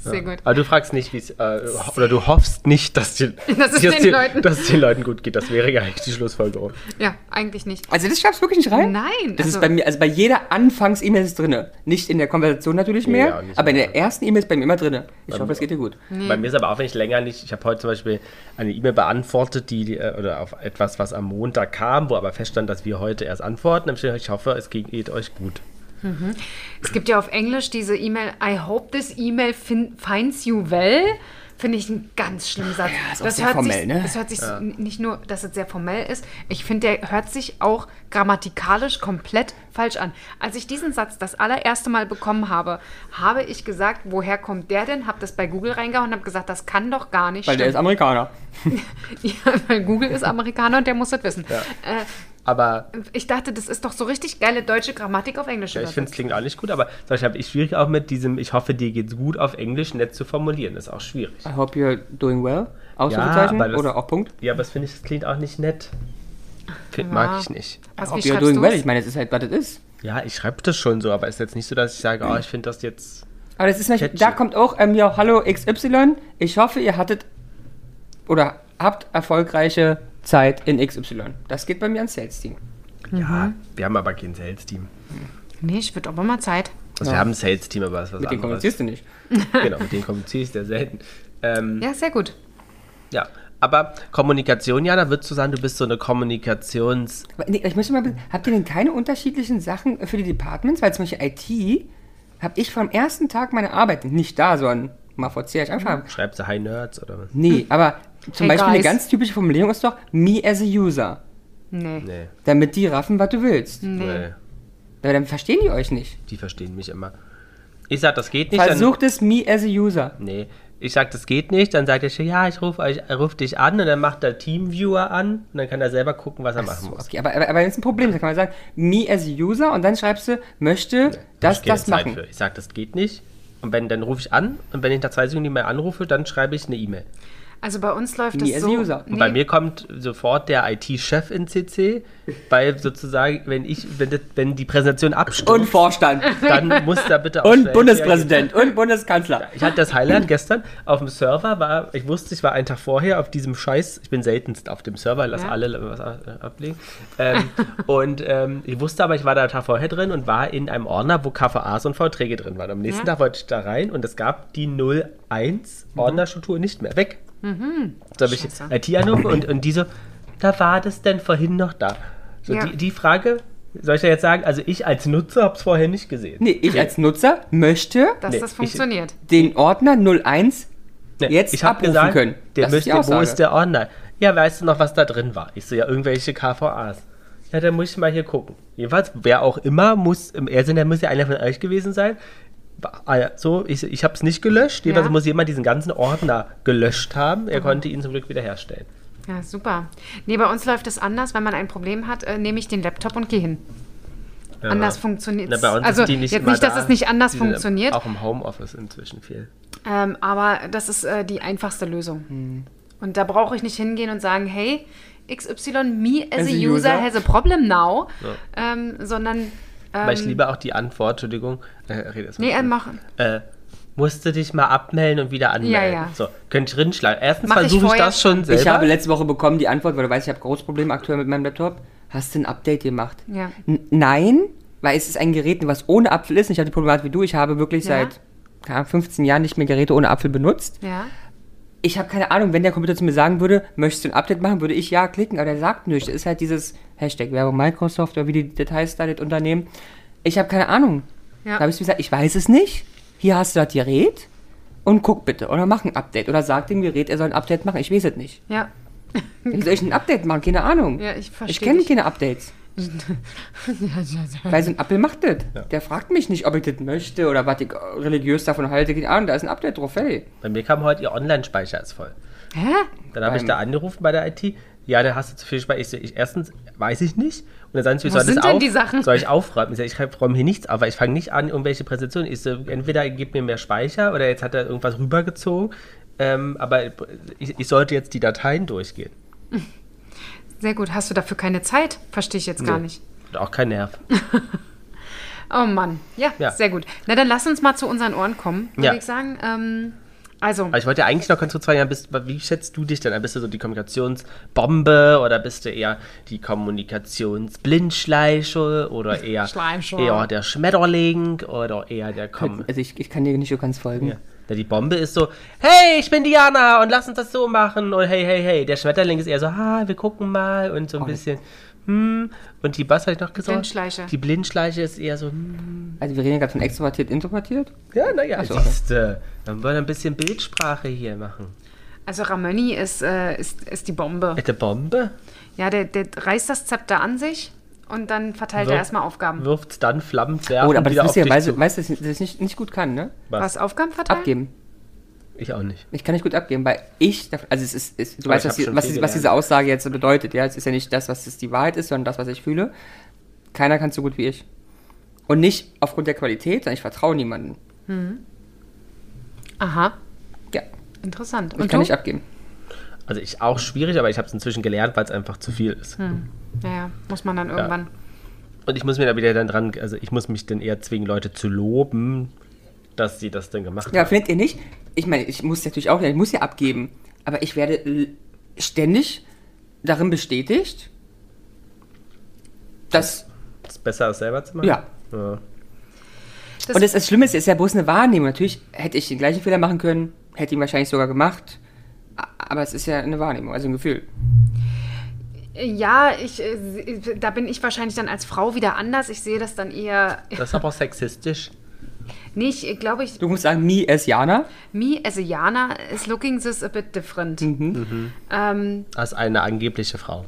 sehr gut. Aber du fragst nicht, wie es. Äh, oder du hoffst nicht, *laughs* dass, dir, Dass es den dir, Leuten- dass es den Leuten gut geht. Das wäre ja eigentlich die Schlussfolgerung. Ja, eigentlich nicht. Also das schaffst du wirklich nicht rein? Nein, Das also- ist bei mir, also bei jeder Anfangs-E-Mail ist es drin. Nicht in der Konversation natürlich mehr, Ja, nicht aber in mehr. der ersten E-Mail ist bei mir immer drin. Ich hoffe, es geht dir gut. Bei mir ist aber auch, wenn ich länger nicht, ich habe heute zum Beispiel eine E-Mail beantwortet, die, die, äh, oder auf etwas, was am Montag kam, wo aber feststand, dass wir heute erst antworten. Dann steht, Ich hoffe, es geht, geht euch gut. Es gibt ja auf Englisch diese E-Mail, I hope this email fin finds you well. Finde ich einen ganz schlimmen Satz. ist auch sehr formell, sich, ne? Das hört sich n- nicht nur, dass es sehr formell ist, ich finde, der hört sich auch grammatikalisch komplett falsch an. Als ich diesen Satz das allererste Mal bekommen habe, habe ich gesagt, woher kommt der denn? Habe das bei Google reingehauen und habe gesagt, das kann doch gar nicht Weil der ist stimmen. Amerikaner. ja, weil Google ist Amerikaner und der muss das wissen. Äh, Aber ich dachte, das ist doch so richtig geile deutsche Grammatik auf Englisch. ja, ich übersetzt. finde, es klingt auch nicht gut. Aber zum Beispiel habe ich schwierig auch mit diesem, ich hoffe, dir geht's gut, auf Englisch nett zu formulieren. Ist auch schwierig. I hope you're doing well. Ausrufezeichen aber das- oder auch Punkt. Ja, aber das finde ich, das klingt auch nicht nett. Find, Mag ich nicht. I Was, hope wie you're schreibst doing du's? well. Ich meine, es ist halt, was es ist. Ja, ich schreibe das schon so, aber es ist jetzt nicht so, dass ich sage, oh, ich finde das jetzt. Aber das ist nicht, Catchy. da kommt auch, ähm, ja, hallo XY. Ich hoffe, ihr hattet oder habt erfolgreiche Zeit in XY. Das geht bei mir ans Sales-Team. Ja, wir haben aber kein Sales-Team. Nee, ich würde aber mal Zeit. Also wir haben ein Sales-Team, aber es ist was Mit dem anderes. kommunizierst du nicht. Genau, mit denen kommuniziere ich sehr selten. Ähm, Ja, sehr gut. ja. aber Kommunikation, ja, da würdest du sagen, du bist so eine Kommunikations... Aber Nee, ich möchte mal, be- habt ihr denn keine unterschiedlichen Sachen für die Departments? Weil zum Beispiel IT habe ich vom ersten Tag meiner Arbeit nicht da, sondern mal vor ich einfach. Schreibst du Hi Nerds oder was? Nee, aber zum Hey, Beispiel eine guys. ganz typische Formulierung ist doch me as a user, Nee. Hm. Nee, damit die raffen, was du willst. nee. Aber dann verstehen die euch nicht. die verstehen mich immer. Ich sag, das geht nicht. Versucht es me as a user. Dann, nee, ich sag, das geht nicht. Dann sagt er schon, ja, ich rufe ruf dich an und dann macht der Teamviewer an und dann kann er selber gucken, was er machen muss. Okay, aber, aber, aber das ist ein Problem. Da kann man sagen, me as a user und dann schreibst du, möchte Hab das, keine das Zeit machen. Für. Ich sag, das geht nicht. Und wenn, dann rufe ich an und wenn ich nach zwei Sekunden nicht mehr anrufe, dann schreibe ich eine E-Mail. Also bei uns läuft Me das as so. a user. Und bei mir kommt sofort der IT-Chef in CC, weil sozusagen, wenn ich, wenn, das, wenn die Präsentation Und abstimmt, Vorstand *laughs* dann muss da bitte auch und schnell- Bundespräsident und Bundeskanzler. Ich hatte das Highlight gestern auf dem Server, war, ich wusste, ich war einen Tag vorher auf diesem Scheiß, ich bin seltenst auf dem Server, lass Ja. alle was a- äh, ablegen. Ähm, *laughs* und ähm, ich wusste aber, ich war da einen Tag vorher drin und war in einem Ordner, wo KVAs und Verträge drin waren. Am nächsten Ja. Tag wollte ich da rein und es gab die 01 Ordnerstruktur nicht mehr. Weg. Da habe ich Mhm. Scheiße. IT anrufen und, und die so, da war das denn vorhin noch da. So, Ja. die, die Frage, soll ich da jetzt sagen, also ich als Nutzer habe es vorher nicht gesehen. Nee, ich als Nutzer möchte dass Nee, das ich- funktioniert. den Ordner 01 Nee, jetzt ich hab abrufen gesagt, können. Der Das ist die müsste, wo Aussage. ist der Ordner? Ja, weißt du noch, was da drin war? Ich so, ja, irgendwelche KVAs. Ja, dann muss ich mal hier gucken. Jedenfalls, wer auch immer muss, im Irrsinn, der muss ja einer von euch gewesen sein, Ah ja, so, ich, ich habe es nicht gelöscht. Jedenfalls Ja. Mhm. muss jemand diesen ganzen Ordner gelöscht haben. Er konnte ihn zum Glück wiederherstellen. Ja, super. Nee, bei uns läuft es anders. Wenn man ein Problem hat, äh, nehme ich den Laptop und gehe hin. Ja. Anders funktioniert Na, bei uns Also ist die nicht jetzt immer nicht, da. dass es nicht anders Die sind funktioniert, Auch im Homeoffice inzwischen viel. ähm, aber das ist äh, die einfachste Lösung. Und da brauche ich nicht hingehen und sagen, hey, XY, me as, a user, has a problem now, ähm, sondern ähm, Weil ich liebe auch die Antwort, Entschuldigung. Äh, rede erst mal Nee, äh, schnell. mach. äh, musst du dich mal abmelden und wieder anmelden. Ja, ja. So, könnt ihr drinschlagen. Erstens Mach ich versuche ich, vorher das schon selber. Ich habe letzte Woche bekommen die Antwort, weil du weißt, ich habe großes Problem aktuell mit meinem Laptop. Hast du ein Update gemacht? Ja. N nein, weil es ist ein Gerät, was ohne Apfel ist. Und Ich habe die Problematik wie du. Ich habe wirklich Ja. seit keine Ahnung, 15 Jahren nicht mehr Geräte ohne Apfel benutzt. Ja. Ich habe keine Ahnung, wenn der Computer zu mir sagen würde, möchtest du ein Update machen, würde ich ja klicken, aber der sagt nichts. Das ist halt dieses Hashtag Werbung Microsoft oder wie die Details da das Unternehmen. Ich habe keine Ahnung. Ja. Da habe ich gesagt, ich weiß es nicht. Hier hast du das Gerät und guck bitte oder mach ein Update oder sag dem Gerät, er soll ein Update machen. Ich weiß es nicht. *laughs* Ja. Wie soll ich ein Update machen? Keine Ahnung. Ja, ich versteh Ich kenne dich. keine Updates. Weil so ein Apple macht das. Der fragt mich nicht, ob ich das möchte oder was ich äh, religiös davon halte. Keine Ahnung, da ist ein Update drauf. Hey. Bei mir kam heute, ihr Online-Speicher ist voll. Hä? Dann habe ich Beim- da angerufen bei der IT. Ja, dann hast du zu viel Speicher. Ich so, ich, erstens weiß ich nicht. Und dann sagen sie, Wo soll ich sind das denn auf, die Sachen? soll ich aufräumen? Ich, so, ich räume hier nichts auf, weil ich fange nicht an, irgendwelche Präsentationen. Ich so, entweder gib mir mehr Speicher oder jetzt hat er irgendwas rübergezogen. Ähm, aber ich, ich sollte jetzt die Dateien durchgehen. Sehr gut. Hast du dafür keine Zeit? Verstehe ich jetzt gar nicht. Und auch kein Nerv. Oh Mann. Ja, Ja. sehr gut. Na, dann lass uns mal zu unseren Ohren kommen, würde Ja. ich sagen. Ähm, also, Aber ich wollte ja eigentlich noch ganz kurz fragen, ja, bist, wie schätzt du dich denn? Bist du so die Kommunikationsbombe oder bist du eher die Kommunikationsblindschleiche oder eher, Schleimschau. eher der Schmetterling oder eher *laughs* der Kom Also ich, ich kann dir nicht so ganz folgen. ja. Ja, Die Bombe ist so, hey, ich bin Diana und lass uns das so machen und hey, hey, hey. Der Schmetterling ist eher so, ha, wir gucken mal und so ein bisschen, hm. Und die, was habe ich noch gesagt? Blindschleiche. Die Blindschleiche ist eher so, hm. Also wir reden ja gerade von extrovertiert, introvertiert. ja, naja, so. siehste. Dann wollen wir ein bisschen Bildsprache hier machen. also Ramoni ist, äh, ist, ist die Bombe. Mit der Bombe? Ja, der, der reißt das Zepter an sich und dann verteilt er Wir- erstmal Aufgaben. wirft dann Flammenwerfer Oh, aber wieder das auf ist ja, dich weißt du, zu. weißt du, dass ich das nicht, nicht gut kann, ne? Was? Aufgaben verteilen? Abgeben. Ich auch nicht. Ich kann nicht gut abgeben, weil ich, darf- also es ist, es, du Aber weißt, ich was, hab die, schon was, viel die- was gelernt. diese Aussage jetzt bedeutet, ja? Es ist ja nicht das, was es die Wahrheit ist, sondern das, was ich fühle. Keiner kann so gut wie ich. Und nicht aufgrund der Qualität, sondern ich vertraue niemandem. Aha, Ja, interessant. ich kann nicht abgeben. Also ich auch schwierig, aber ich habe es inzwischen gelernt, weil es einfach zu viel ist. Hm. Naja, muss man dann irgendwann. Und ich muss mir da wieder dann dran, also ich muss mich dann eher zwingen, Leute zu loben, dass sie das dann gemacht haben. Ja, findet ihr nicht? Ich meine, ich muss natürlich auch, ich muss ja abgeben. Aber ich werde l- ständig darin bestätigt, dass, Es ist besser, das selber zu machen. ja. Ja. Das- Und das, das Schlimme ist, es ist ja bloß eine Wahrnehmung. Natürlich hätte ich den gleichen Fehler machen können, hätte ihn wahrscheinlich sogar gemacht. A- Aber es ist ja eine Wahrnehmung, also ein Gefühl. Ja, ich, äh, se- da bin ich wahrscheinlich dann als Frau wieder anders. Ich sehe das dann eher. Das ist aber auch sexistisch. Nee, ich glaube, ich, Du musst sagen, me as Jana. me as a Jana is looking this a bit different. Mhm. Ähm, Als eine angebliche Frau.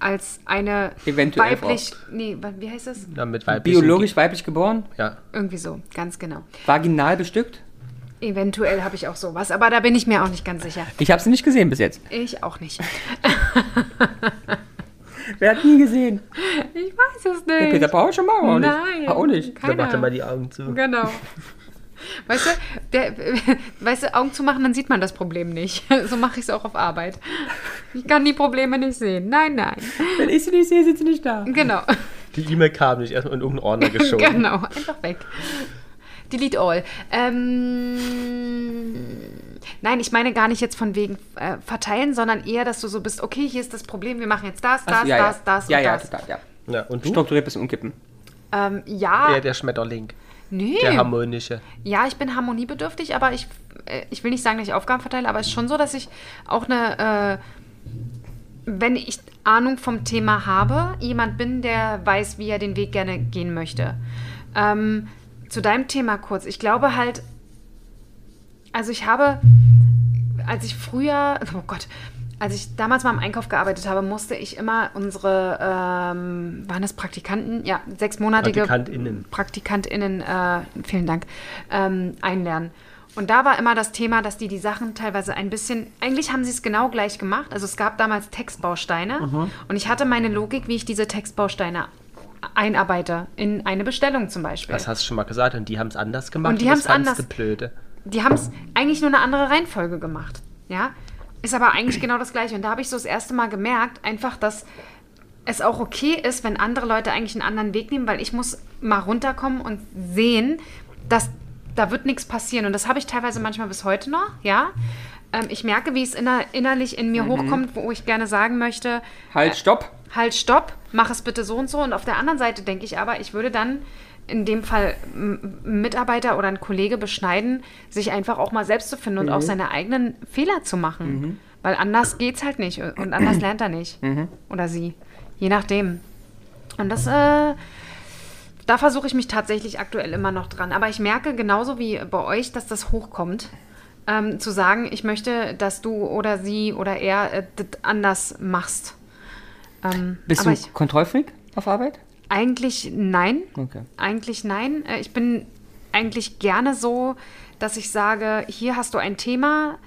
als eine Eventuell weiblich. Nee, wa- wie heißt das? Ja, mit weiblichen Biologisch weiblich geboren, Ge- Ja. Irgendwie so, ganz genau. vaginal bestückt. Eventuell habe ich auch sowas, aber da bin ich mir auch nicht ganz sicher. Ich habe sie nicht gesehen bis jetzt. Ich auch nicht. Wer hat nie gesehen? Ich weiß es Der nicht. Peter Paul schon mal auch Nein. nicht. Auch nicht. Dann macht er Keiner. mal die Augen zu. Genau. Weißt du, der, weißt du, Augen zu machen, dann sieht man das Problem nicht. So mache ich es auch auf Arbeit. Ich kann die Probleme nicht sehen. Nein, nein. Wenn ich sie nicht sehe, sind sie nicht da. Genau. Die E-Mail kam nicht, erstmal in irgendeinen *laughs* Ordner geschoben. Genau. Einfach weg. Delete all. Ähm, nein, ich meine gar nicht jetzt von wegen äh, verteilen, sondern eher, dass du so bist, okay, hier ist das Problem, wir machen jetzt das, das, ja, ja. das, das ja, und ja, das. total, ja. Ja, und du? Strukturiert bis umkippen. Ähm, ja, Eher der Schmetterling. nee. Der harmonische. Ja, ich bin harmoniebedürftig, aber ich, äh, ich will nicht sagen, dass ich Aufgaben verteile, aber es ist schon so, dass ich auch eine, äh, wenn ich Ahnung vom Thema habe, jemand bin, der weiß, wie er den Weg gerne gehen möchte. Ähm, zu deinem Thema kurz. Ich glaube halt, also ich habe, als ich früher, *laughs* oh Gott, Als ich damals mal im Einkauf gearbeitet habe, musste ich immer unsere, ähm, waren das Praktikanten? Ja, sechsmonatige PraktikantInnen. PraktikantInnen, äh, vielen Dank, ähm, einlernen. Und da war immer das Thema, dass die die Sachen teilweise ein bisschen, eigentlich haben sie es genau gleich gemacht. Also es gab damals Textbausteine und ich hatte meine Logik, wie ich diese Textbausteine einarbeite in eine Bestellung zum Beispiel. Das hast du schon mal gesagt und die haben es anders gemacht. Und die das haben's fandst anders- du Blöde. die haben es eigentlich nur eine andere Reihenfolge gemacht. Ja, ist aber eigentlich genau das Gleiche. Und da habe ich so das erste Mal gemerkt, einfach, dass es auch okay ist, wenn andere Leute eigentlich einen anderen Weg nehmen, weil ich muss mal runterkommen und sehen, dass da wird nichts passieren. Und das habe ich teilweise manchmal bis heute noch. Ja, ähm, ich merke, wie es inner innerlich in mir hochkommt, wo ich gerne sagen möchte, Halt, stopp. halt, stopp, mach es bitte so und so. Und auf der anderen Seite denke ich aber, ich würde dann in dem Fall m- einen Mitarbeiter oder einen Kollege beschneiden, sich einfach auch mal selbst zu finden und auch seine eigenen Fehler zu machen. Weil anders geht's halt nicht und anders lernt er nicht. Oder sie. Je nachdem. Und das, äh, da versuche ich mich tatsächlich aktuell immer noch dran. Aber ich merke genauso wie bei euch, dass das hochkommt. Ähm, zu sagen, ich möchte, dass du oder sie oder er äh, das anders machst. Ähm, Bist aber du ich, Kontrollfreak auf Arbeit? eigentlich nein. Okay. Eigentlich nein. Äh, Ich bin eigentlich gerne so, dass ich sage, hier hast du ein Thema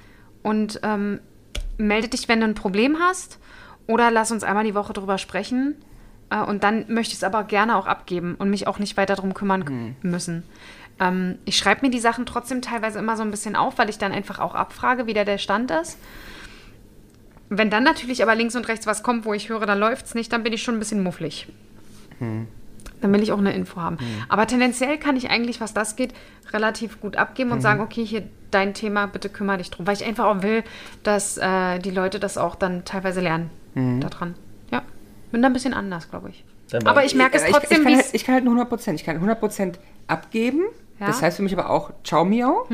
und ähm, melde dich, wenn du ein Problem hast. Oder lass uns einmal die Woche drüber sprechen. Äh, und dann möchte ich es aber gerne auch abgeben und mich auch nicht weiter drum kümmern k- müssen. Ähm, ich schreibe mir die Sachen trotzdem teilweise immer so ein bisschen auf, weil ich dann einfach auch abfrage, wie da der Stand ist. Wenn dann natürlich aber links und rechts was kommt, wo ich höre, da läuft's nicht, dann bin ich schon ein bisschen mufflig. Hm. Dann will ich auch eine Info haben. Aber tendenziell kann ich eigentlich, was das geht, relativ gut abgeben Mhm. und sagen, okay, hier dein Thema, bitte kümmere dich drum. Weil ich einfach auch will, dass äh, die Leute das auch dann teilweise lernen Mhm. daran. Ja, bin da ein bisschen anders, glaube ich. Dann war- Aber ich merke es Aber trotzdem, ich, wie ich, kann es... halt, ich kann halt nur 100%. Ich kann 100% abgeben. Ja. Mhm. Das heißt für mich aber auch Ciao Miau.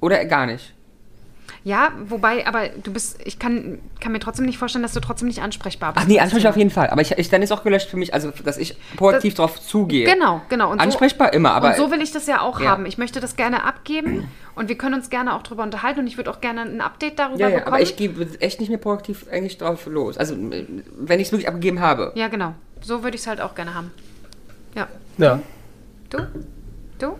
Oder gar nicht. Ja, wobei, aber du bist... Ich kann, kann mir trotzdem nicht vorstellen, dass du trotzdem nicht ansprechbar bist. Ach nee, ansprechbar auf jeden Fall. Aber ich, ich, dann ist auch gelöscht für mich, also dass ich proaktiv drauf zugehe. Genau, genau. Und so- Ansprechbar immer, aber und so will ich das ja auch Ja. haben. Ich möchte das gerne abgeben und wir können uns gerne auch drüber unterhalten und ich würde auch gerne ein Update darüber Ja, ja, bekommen. aber ich gebe echt nicht mehr proaktiv eigentlich drauf los. Also, wenn ich es wirklich abgegeben habe. ja, genau. So würde ich es halt auch gerne haben. Ja. Ja. Du? Du?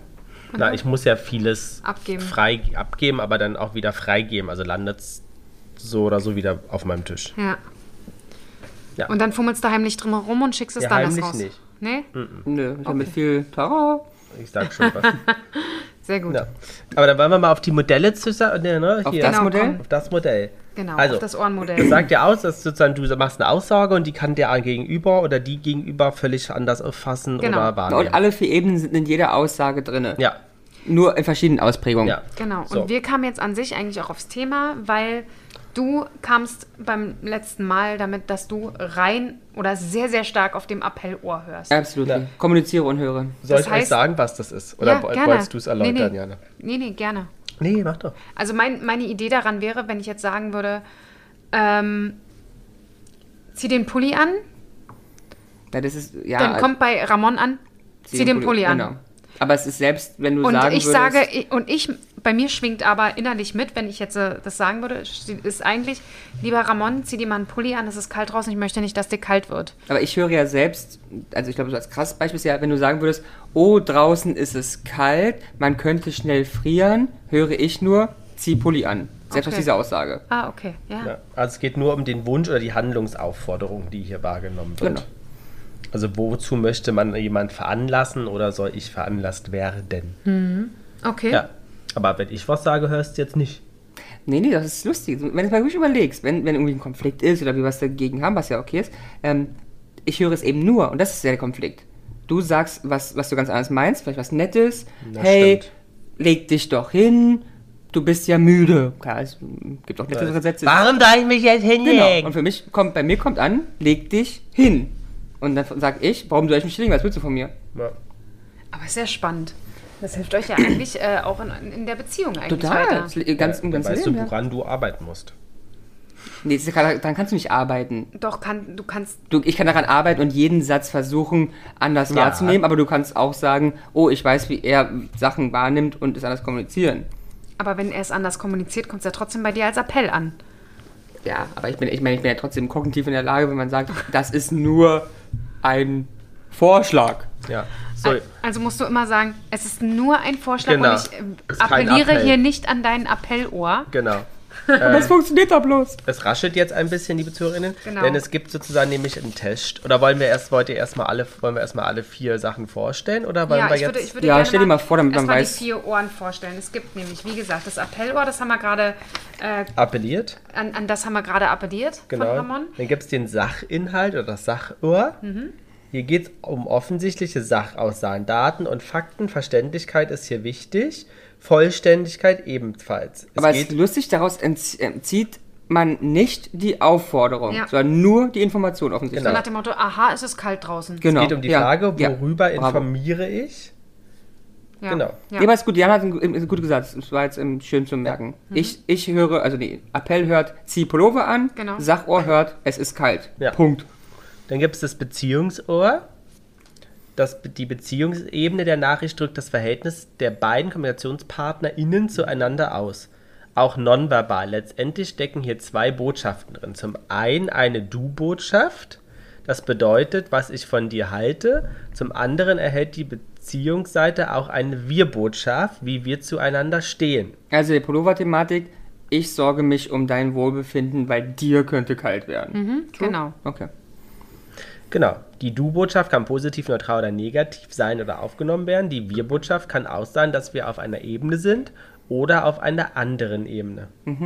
Na, ich muss ja vieles Mhm. Abgeben. frei abgeben, aber dann auch wieder freigeben. Also landet es so oder so wieder auf meinem Tisch. Ja. Ja. Und dann fummelst du heimlich drum herum und schickst es Ja, dann erst heimlich raus. nicht. Hm. Nee? Nö, ich habe mit viel Tara. Ich sag schon *laughs* was. Sehr gut. ja. Aber dann wollen wir mal auf die Modelle zu ne, ne, Auf hier. das Genau, Modell. komm. auf das Modell. Genau, also, auf das Ohrenmodell. Sagt dir aus, dass sozusagen du machst eine Aussage und die kann der Gegenüber oder die Gegenüber völlig anders erfassen Genau. oder Und wahrnehmen. alle vier Ebenen sind in jeder Aussage drin. Ja, Nur in verschiedenen Ausprägungen. ja. Genau. So. Und wir kamen jetzt an sich eigentlich auch aufs Thema, weil du kamst beim letzten Mal damit, dass du rein oder sehr, sehr stark auf dem Appellohr hörst. Absolut. Ja. Kommuniziere und höre. Soll ich das euch heißt- sagen, was das ist? Oder woll- wolltest du es erläutern, nee, nee. Jana? Nee, nee, gerne. Nee, mach doch. Also mein, meine Idee daran wäre, wenn ich jetzt sagen würde, ähm, zieh den Pulli an, Ja, das ist, ja, also dann kommt bei Ramon an, zieh, den Pulli an. Genau. Aber es ist selbst, wenn du Und sagen ich würdest, sage, ich- und ich, bei mir schwingt aber innerlich mit, wenn ich jetzt äh, das sagen würde, ist eigentlich, lieber Ramon, zieh dir mal einen Pulli an, es ist kalt draußen, ich möchte nicht, dass dir kalt wird. Aber ich höre ja selbst, also ich glaube, so als krasses Beispiel ist ja, wenn du sagen würdest, oh, draußen ist es kalt, man könnte schnell frieren, höre ich nur, zieh Pulli an. Selbst Okay. aus dieser Aussage. Ah, okay, ja. Ja. Also es geht nur um den Wunsch oder die Handlungsaufforderung, die hier wahrgenommen wird. Genau. Also wozu möchte man jemand veranlassen oder soll ich veranlasst werden? Okay. Ja. Aber wenn ich was sage, hörst du jetzt nicht. Nee, nee, das ist lustig. Wenn du es mal wirklich überlegst, wenn, wenn irgendwie ein Konflikt ist oder wir was dagegen haben, was ja okay ist, ähm, ich höre es eben nur und das ist ja der Konflikt. Du sagst, was, was du ganz anders meinst, vielleicht was Nettes. Das hey, stimmt. leg dich doch hin, du bist ja müde. Klar, es gibt auch nettere Sätze. Warum darf ich mich jetzt Genau. hinlegen? Und für mich kommt, bei mir kommt an, leg dich hin. Und dann sag ich, warum soll ich mich hinlegen? Was willst du von mir? Ja. Aber sehr spannend. Das hilft euch ja eigentlich äh, auch in, in der Beziehung eigentlich Total. Das weiter. li- Ganz, im dann ganzen weißt Leben. du, ja. woran du arbeiten musst. Nee, das ist ja klar, dann kannst du nicht arbeiten. Doch, kann, du kannst, Du, ich kann daran arbeiten und jeden Satz versuchen, anders wahrzunehmen, aber du kannst auch sagen, oh, ich weiß, wie er Sachen wahrnimmt und es anders kommunizieren. aber wenn er es anders kommuniziert, kommt es ja trotzdem bei dir als Appell an. ja, aber ich, bin, ich meine, ich bin ja trotzdem kognitiv in der Lage, wenn man sagt, das ist nur ein Vorschlag. Ja. So, Also musst du immer sagen, es ist nur ein Vorschlag Genau. und ich äh, Ist kein appelliere Appell. hier nicht an dein Appellohr. genau. Das funktioniert da bloß. Es raschelt jetzt ein bisschen, liebe Zuhörerinnen, Genau. denn es gibt sozusagen nämlich einen Test. Oder wollen wir erst, wollt ihr erstmal alle, wollen wir erstmal alle vier Sachen vorstellen? Oder wollen Ja, wir ich jetzt. würde, ich würde Ja, gerne stell dir mal vor, damit man erst mal weiß. die vier Ohren vorstellen. Es gibt nämlich, wie gesagt, das Appellohr, das haben wir gerade, äh, appelliert. an, an das haben wir gerade appelliert Genau. von Ramon. Dann gibt es den Sachinhalt oder das Sachohr. Hier geht es um offensichtliche Sachaussagen. Daten und Fakten, Verständlichkeit ist hier wichtig. Vollständigkeit ebenfalls. Es Aber es geht ist lustig, daraus entz- entzieht man nicht die Aufforderung, Ja. sondern nur die Information offensichtlich. So nach dem Motto, aha, es ist kalt draußen. Genau. geht um die ja, Frage, ja, worüber bravo. informiere ich? Ja. genau. Ja. Ja. aber ist gut, Jan hat es gut gesagt, es war jetzt ähm, schön zu merken. Ich, ich höre, also nee, Appell hört, zieh Pullover an, Genau. Sachohr hört, es ist kalt. Ja. Punkt. Dann gibt es das Beziehungsohr. Das, die Beziehungsebene der Nachricht drückt das Verhältnis der beiden KommunikationspartnerInnen zueinander aus. Auch nonverbal. Letztendlich stecken hier zwei Botschaften drin. Zum einen eine Du-Botschaft, das bedeutet, was ich von dir halte. Zum anderen erhält die Beziehungsseite auch eine Wir-Botschaft, wie wir zueinander stehen. Also die Pullover-Thematik, ich sorge mich um dein Wohlbefinden, weil dir könnte kalt werden. Genau. Okay. Genau. Die Du-Botschaft kann positiv, neutral oder negativ sein oder aufgenommen werden. Die Wir-Botschaft kann auch sein, dass wir auf einer Ebene sind oder auf einer anderen Ebene. Und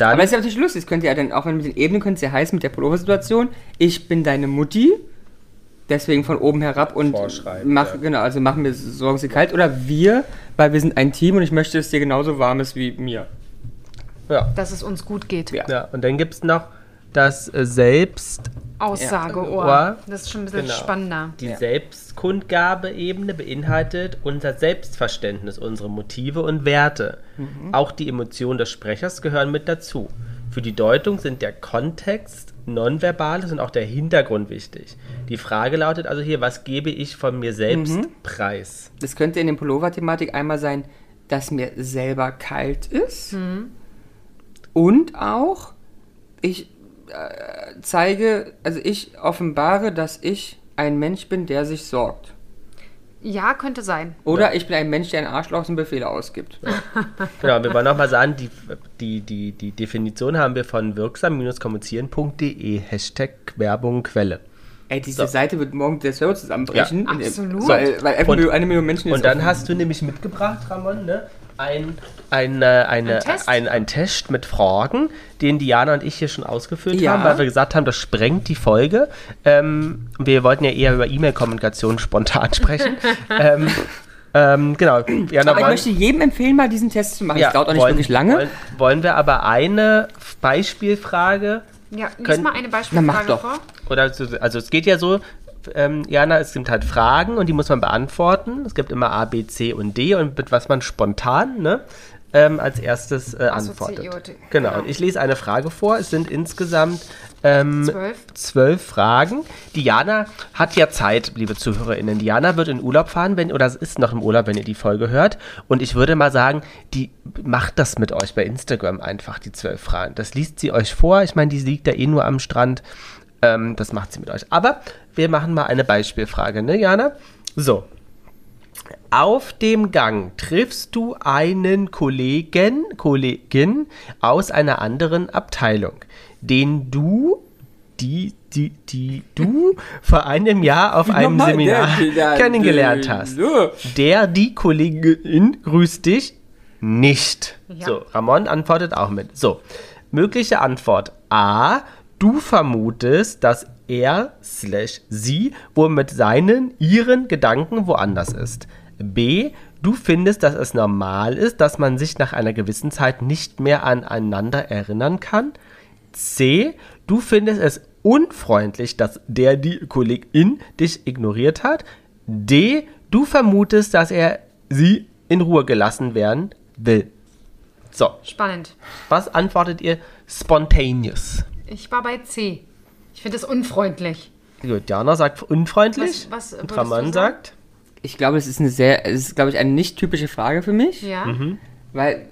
dann, Mhm. Aber es ist ja natürlich lustig, es könnte ja dann, auch wenn mit den Ebenen könnte es ja heißen, mit der Pullover-Situation, ich bin deine Mutti, deswegen von oben herab und Vorschreiben, mach, ja. genau, also machen wir sorgen sie kalt oder wir, weil wir sind ein Team und ich möchte, dass dir genauso warm ist wie mir. ja, Dass es uns gut geht. Ja. ja, und dann gibt es noch das äh, Selbst, Aussageohr. Ja. Das ist schon ein bisschen Genau. spannender. die Selbstkundgabe-Ebene beinhaltet unser Selbstverständnis, unsere Motive und Werte. Auch die Emotionen des Sprechers gehören mit dazu. Für die Deutung sind der Kontext, Nonverbales und auch der Hintergrund wichtig. Die Frage lautet also hier, was gebe ich von mir selbst preis? Das könnte in der Pullover-Thematik einmal sein, dass mir selber kalt ist und auch ich äh, zeige, also ich offenbare, dass ich ein Mensch bin, der sich sorgt. Ja, könnte sein. Oder ich bin ein Mensch, der ein Arschloch und Befehle ausgibt. Genau, wir wollen nochmal sagen, die, die, die, die Definition haben wir von wirksam-kommunizieren.de, Hashtag Werbung Quelle. Ey, diese Seite wird morgen der Server zusammenbrechen. Ja. In- Absolut. Weil, weil einfach Und- nur eine Million Menschen Und dann offen- hast du nämlich mitgebracht, Ramon, ne? Ein, ein, äh, eine, ein, Ein Test? ein, Test mit Fragen, den Diana und ich hier schon ausgefüllt Ja. haben, weil wir gesagt haben, das sprengt die Folge. Ähm, wir wollten ja eher über E-Mail-Kommunikation spontan *laughs* sprechen. ähm, ähm, genau. Diana, Aber ich wollen- möchte jedem empfehlen, mal diesen Test zu machen. ja, das dauert auch nicht wollen- wirklich lange. Wollen, wollen wir aber eine Beispielfrage Ja, lies Können- mal eine Na, mach Beispielfrage doch. vor. Oder so, also es geht ja so, ähm, Jana, es gibt halt Fragen und die muss man beantworten. Es gibt immer A, B, C und D und mit was man spontan ne, ähm, als erstes äh, antwortet. Assoziiert, Genau. genau. Und ich lese eine Frage vor. Es sind insgesamt ähm, Zwölf. zwölf Fragen. Diana hat ja Zeit, liebe ZuhörerInnen. Diana wird in Urlaub fahren, wenn, oder ist noch im Urlaub, wenn ihr die Folge hört. Und ich würde mal sagen, die macht das mit euch bei Instagram einfach, die zwölf Fragen. Das liest sie euch vor. Ich meine, die liegt da eh nur am Strand. Ähm, das macht sie mit euch. Aber wir machen mal eine Beispielfrage, ne, Jana? So. Auf dem Gang triffst du einen Kollegen, Kollegin aus einer anderen Abteilung, den du, die, die, die du vor einem Jahr auf einem Nochmal, Seminar der- der- kennengelernt der- hast. der- Der, die Kollegin grüßt dich nicht. Ja. So, Ramon antwortet auch mit. So, mögliche Antwort A. Du vermutest, dass er slash sie wohl mit seinen, ihren Gedanken woanders ist. B. Du findest, dass es normal ist, dass man sich nach einer gewissen Zeit nicht mehr aneinander erinnern kann. C. Du findest es unfreundlich, dass der die Kollegin dich ignoriert hat. D. Du vermutest, dass er sie in Ruhe gelassen werden will. So, Spannend. was antwortet ihr? Spontaneous. Ich war bei C. Ich finde es unfreundlich. Gut, Jana sagt unfreundlich. Was- was würdest Und du Raman sagen? sagt. Ich glaube, es ist eine sehr, es ist, glaube ich, eine nicht typische Frage für mich. Ja. Weil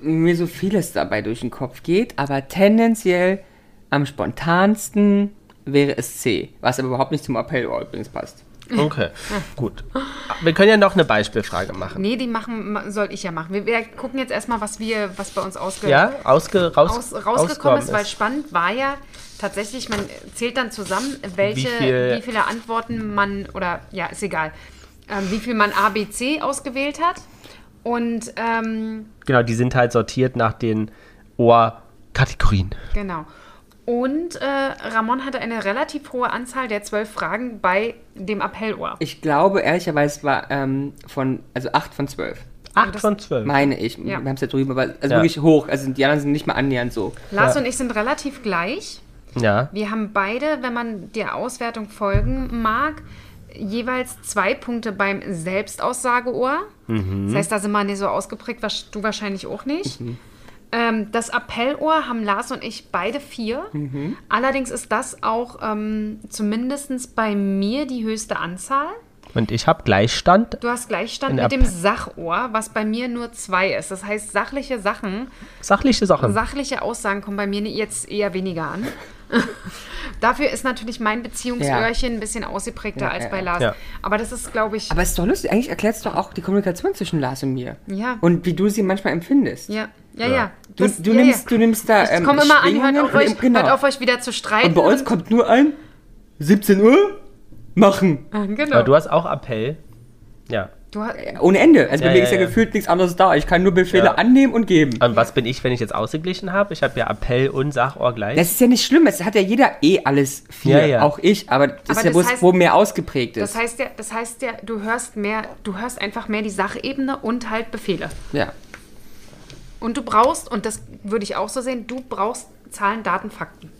mir so vieles dabei durch den Kopf geht, aber tendenziell am spontansten wäre es C, was aber überhaupt nicht zum Appell übrigens passt. Okay, *laughs* gut. Wir können ja noch eine Beispielfrage machen. Nee, die machen, ma- soll ich ja machen. Wir, wir gucken jetzt erstmal, was wir, was bei uns ausge Ja, ausge, aus, raus, rausgekommen ist, weil spannend war ja tatsächlich, man zählt dann zusammen, welche, wie, Wie viel- viele Antworten man, oder ja, ist egal, ähm, wie viel man A, B, C ausgewählt hat. Und ähm, Genau, die sind halt sortiert nach den Ohr-Kategorien. Genau. Und äh, Ramon hatte eine relativ hohe Anzahl der zwölf Fragen bei dem Appellohr. Ich glaube, ehrlicherweise war ähm, von, also 8 von 12, Acht das- von zwölf. meine ich. Wir haben es ja drüben, aber also wirklich hoch. Also die anderen sind nicht mal annähernd so. Lars Ja. und ich sind relativ gleich. Ja, Wir haben beide, wenn man der Auswertung folgen mag, jeweils zwei Punkte beim Selbstaussageohr. Mhm. Das heißt, da sind wir nicht so ausgeprägt, was du wahrscheinlich auch nicht. Ähm, das Appellohr haben Lars und ich beide vier. Mhm. Allerdings ist das auch ähm, zumindest bei mir die höchste Anzahl. und ich habe Gleichstand. Du hast Gleichstand Ein mit App- dem Sachohr, was bei mir nur zwei ist. Das heißt, sachliche Sachen, Sachliche Sachen. sachliche Aussagen kommen bei mir ne, jetzt eher weniger *laughs* an. Dafür ist natürlich mein Beziehungsöhrchen ein bisschen ausgeprägter als ja, bei ja. Lars. Ja. Aber das ist, glaube ich, Aber es ist doch lustig, eigentlich erklärt es doch auch die Kommunikation zwischen Lars und mir. Ja. Und wie du sie manchmal empfindest. ja, ja, ja. Du, Das- du, ja, nimmst, ja. du nimmst da. ähm, Ich komme immer an, hört Schwingungen auf, euch, und- genau. hört auf euch wieder zu streiten. Und bei uns kommt nur ein 17 Uhr machen. und, *laughs* Aber genau. du hast auch Appell. Ja. Du ha- Ohne Ende. Also bei Ja, mir ja, ist ja, ja. gefühlt nichts anderes da. Ich kann nur Befehle Ja. Also annehmen und geben. Und was bin ich, wenn ich jetzt ausgeglichen habe? Ich habe ja Appell und Sachohr gleich. Das ist ja nicht schlimm, es hat ja jeder eh alles vier, Ja, ja. auch ich, aber das Aber ist ja das bloß, heißt- wo mehr ausgeprägt ist. das heißt ja, das heißt ja, du hörst mehr, du hörst einfach mehr die Sachebene und halt Befehle. ja. Und du brauchst, und das würde ich auch so sehen, du brauchst Zahlen, Daten, Fakten.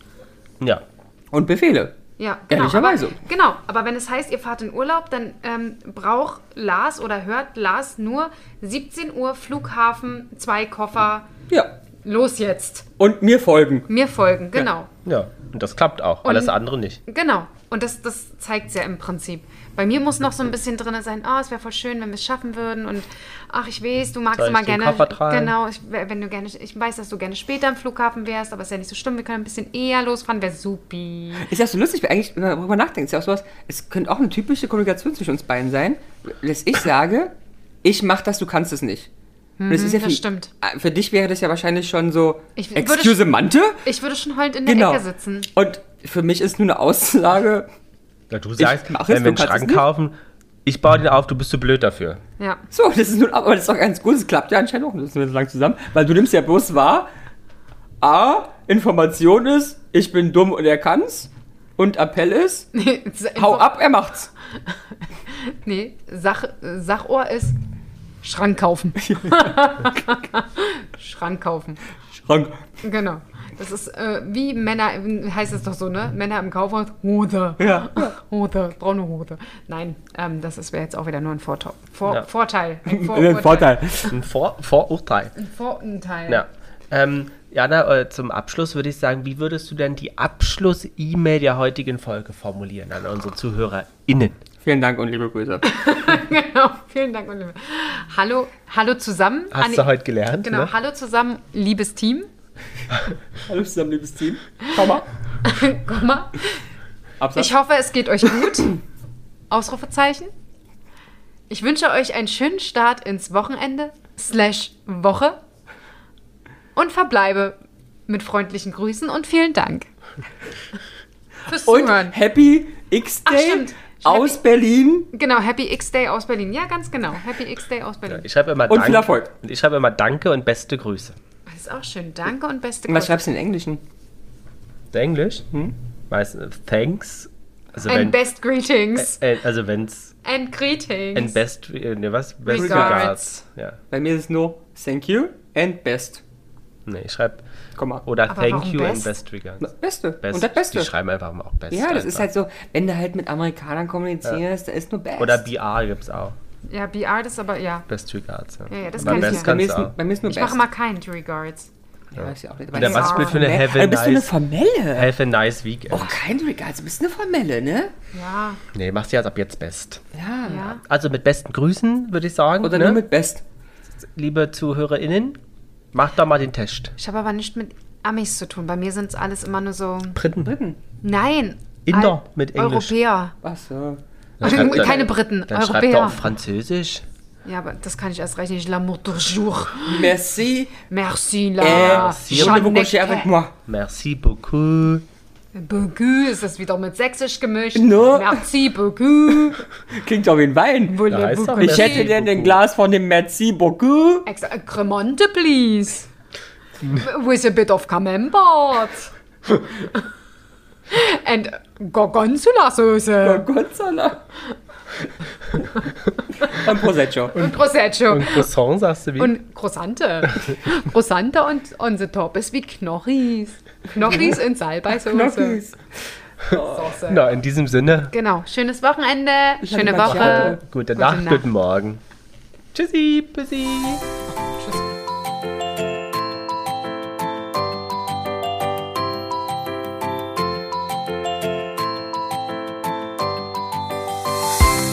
ja. Und Befehle. Ja, genau. Ehrlicherweise. Aber, genau, aber wenn es heißt, ihr fahrt in Urlaub, dann ähm, braucht Lars oder hört Lars nur 17 Uhr Flughafen, zwei Koffer, Ja. los jetzt, Und mir folgen. mir folgen, genau. Ja. Und das klappt auch. Alles andere nicht. Genau. Und das, das zeigt es ja im Prinzip. Bei mir muss noch so ein bisschen drin sein, oh, es wäre voll schön, wenn wir es schaffen würden. Und ach, ich weiß, du magst Soll ich immer den gerne. Koffer tragen? Genau, ich, wär- wenn du gerne, ich weiß, dass du gerne später am Flughafen wärst, aber ist ja nicht so schlimm, wir können ein bisschen eher losfahren, wäre supi. Ist ja so lustig, weil eigentlich, wenn man darüber nachdenkt, ist ja auch sowas, es könnte auch eine typische Kommunikation zwischen uns beiden sein, dass ich sage, ich mach das, du kannst es nicht. Und das ist ja Mhm, das stimmt. äh, Für dich wäre das ja wahrscheinlich schon so, Ich würde- excuse Mante? Ich würde schon heute in der Genau. Ecke sitzen. Und für mich ist nur eine Aussage, Ja, du sagst, mach es, wenn wir einen du kannst es Schrank nicht. kaufen, ich baue den auf, du bist zu blöd dafür. Ja. *laughs* so, das ist nun, aber das ist doch ganz gut, das klappt ja anscheinend auch, das sind wir so lang zusammen, weil du nimmst ja bloß wahr, A, Information ist, ich bin dumm und er kann's, und Appell ist, Nee, hau ab, er macht's. *laughs* Nee, Sach, Sachohr ist *laughs* Schrank kaufen. Schrank kaufen. Schrank. Genau. Das ist äh, wie Männer, heißt es doch so, ne? Männer im Kaufhaus, Hose. Ja. Hose, braune Hose. Nein, ähm, das ist- wäre jetzt auch wieder nur ein Vorteil. Vor, Ja. Vorteil. *laughs* Ein Ein Äh, Vorteil. Ein Vor Vorurteil. Ein Vorteil. Ja. Ähm, Jana, äh, zum Abschluss würde ich sagen, wie würdest du denn die Abschluss-E-Mail der heutigen Folge formulieren an unsere ZuhörerInnen? Vielen Dank und liebe Grüße. *laughs* Genau. Vielen Dank. und- Hallo, hallo zusammen. Hast Anni- du heute gelernt? Genau, Ne? hallo zusammen, liebes Team. Hallo zusammen, liebes Team. Komma. Guck mal. Absatz. Ich hoffe, es geht euch gut. Ausrufezeichen. Ich wünsche euch einen schönen Start ins Wochenende slash Woche und verbleibe mit freundlichen Grüßen und vielen Dank. Fürs und Zuhören. Happy Ach, X-Day stimmt. aus Berlin. Genau, Happy X-Day aus Berlin. Ja, ganz genau. Happy X-Day aus Berlin. Ich schreibe immer Und Danke. viel Erfolg. Und ich schreibe immer Danke und beste Grüße. Das ist auch schön. Danke und beste Und was Grüße. schreibst du in Englischen? Englisch? Hm? Weißt du, thanks. Also And wenn best greetings. äh, also wenn's And greetings. and best äh, ne, was? Best Regards. Ja. Bei mir ist es nur Thank you and best. Nee, ich schreibe Komma. oder Aber thank warum you and best? best regards. Na, Beste. Best, Und das Beste. Die schreiben einfach mal auch best. Ja, das einfach. ist halt so, wenn du halt mit Amerikanern kommunizierst, da ist nur best. Oder BR gibt's auch. ja, BR, das ist aber, ja. Best regards. Ja, ja, das Aber kann ich best ja. bei, mir kannst ist, du auch. bei mir ist nur Ich best. mache mal keinen Regards. Ja, ist ja auch nicht- Oder was Ja. bist du für eine Formell. Heaven Aber bist du eine Nice? formelle? Have a nice weekend. Oh, kein Regards, du bist eine formelle, ne? Ja, Nee, machst du jetzt ab jetzt best. Ja. ja. Also mit besten Grüßen, würde ich sagen. Oder ne? nur mit best. liebe ZuhörerInnen. Mach doch mal den Test. Ich habe aber nicht mit Amis zu tun. Bei mir sind es alles immer nur so. Briten. Briten. Nein. Inder Al- mit Englisch. Europäer. Ach so. Keine Briten, Dann schreibt doch Europäer. auf Französisch. Ja, aber das kann ich erst recht nicht. L'amour du jour. Merci. Merci Äh, la. je ne vous couchez avec moi. Merci beaucoup. Beaucoup ist das wieder mit Sächsisch gemischt. No. Merci beaucoup. Klingt doch wie ein Wein. Voulez-vous *laughs* Da ist doch coucher? Ich hätte dir ein Glas von dem Merci beaucoup. Extra Cremonte, äh, *laughs* please. With a bit of camembert. *laughs* And Gorgonzola Oh Soße. Gorgonzola. Und Prosecco. Und Prosecco. Und Croissant sagst du wie? Und Croissante. Croissante und on the top ist wie Knochis. Knochis in Salbeisoße. Knockis. Soße. Na, in diesem Sinne, äh, Genau. Schönes Wochenende. Ich hatte schöne mal Woche. Schaden. gute, Genau. Gute Nacht, Nacht. guten Morgen. Tschüssi, Pussy.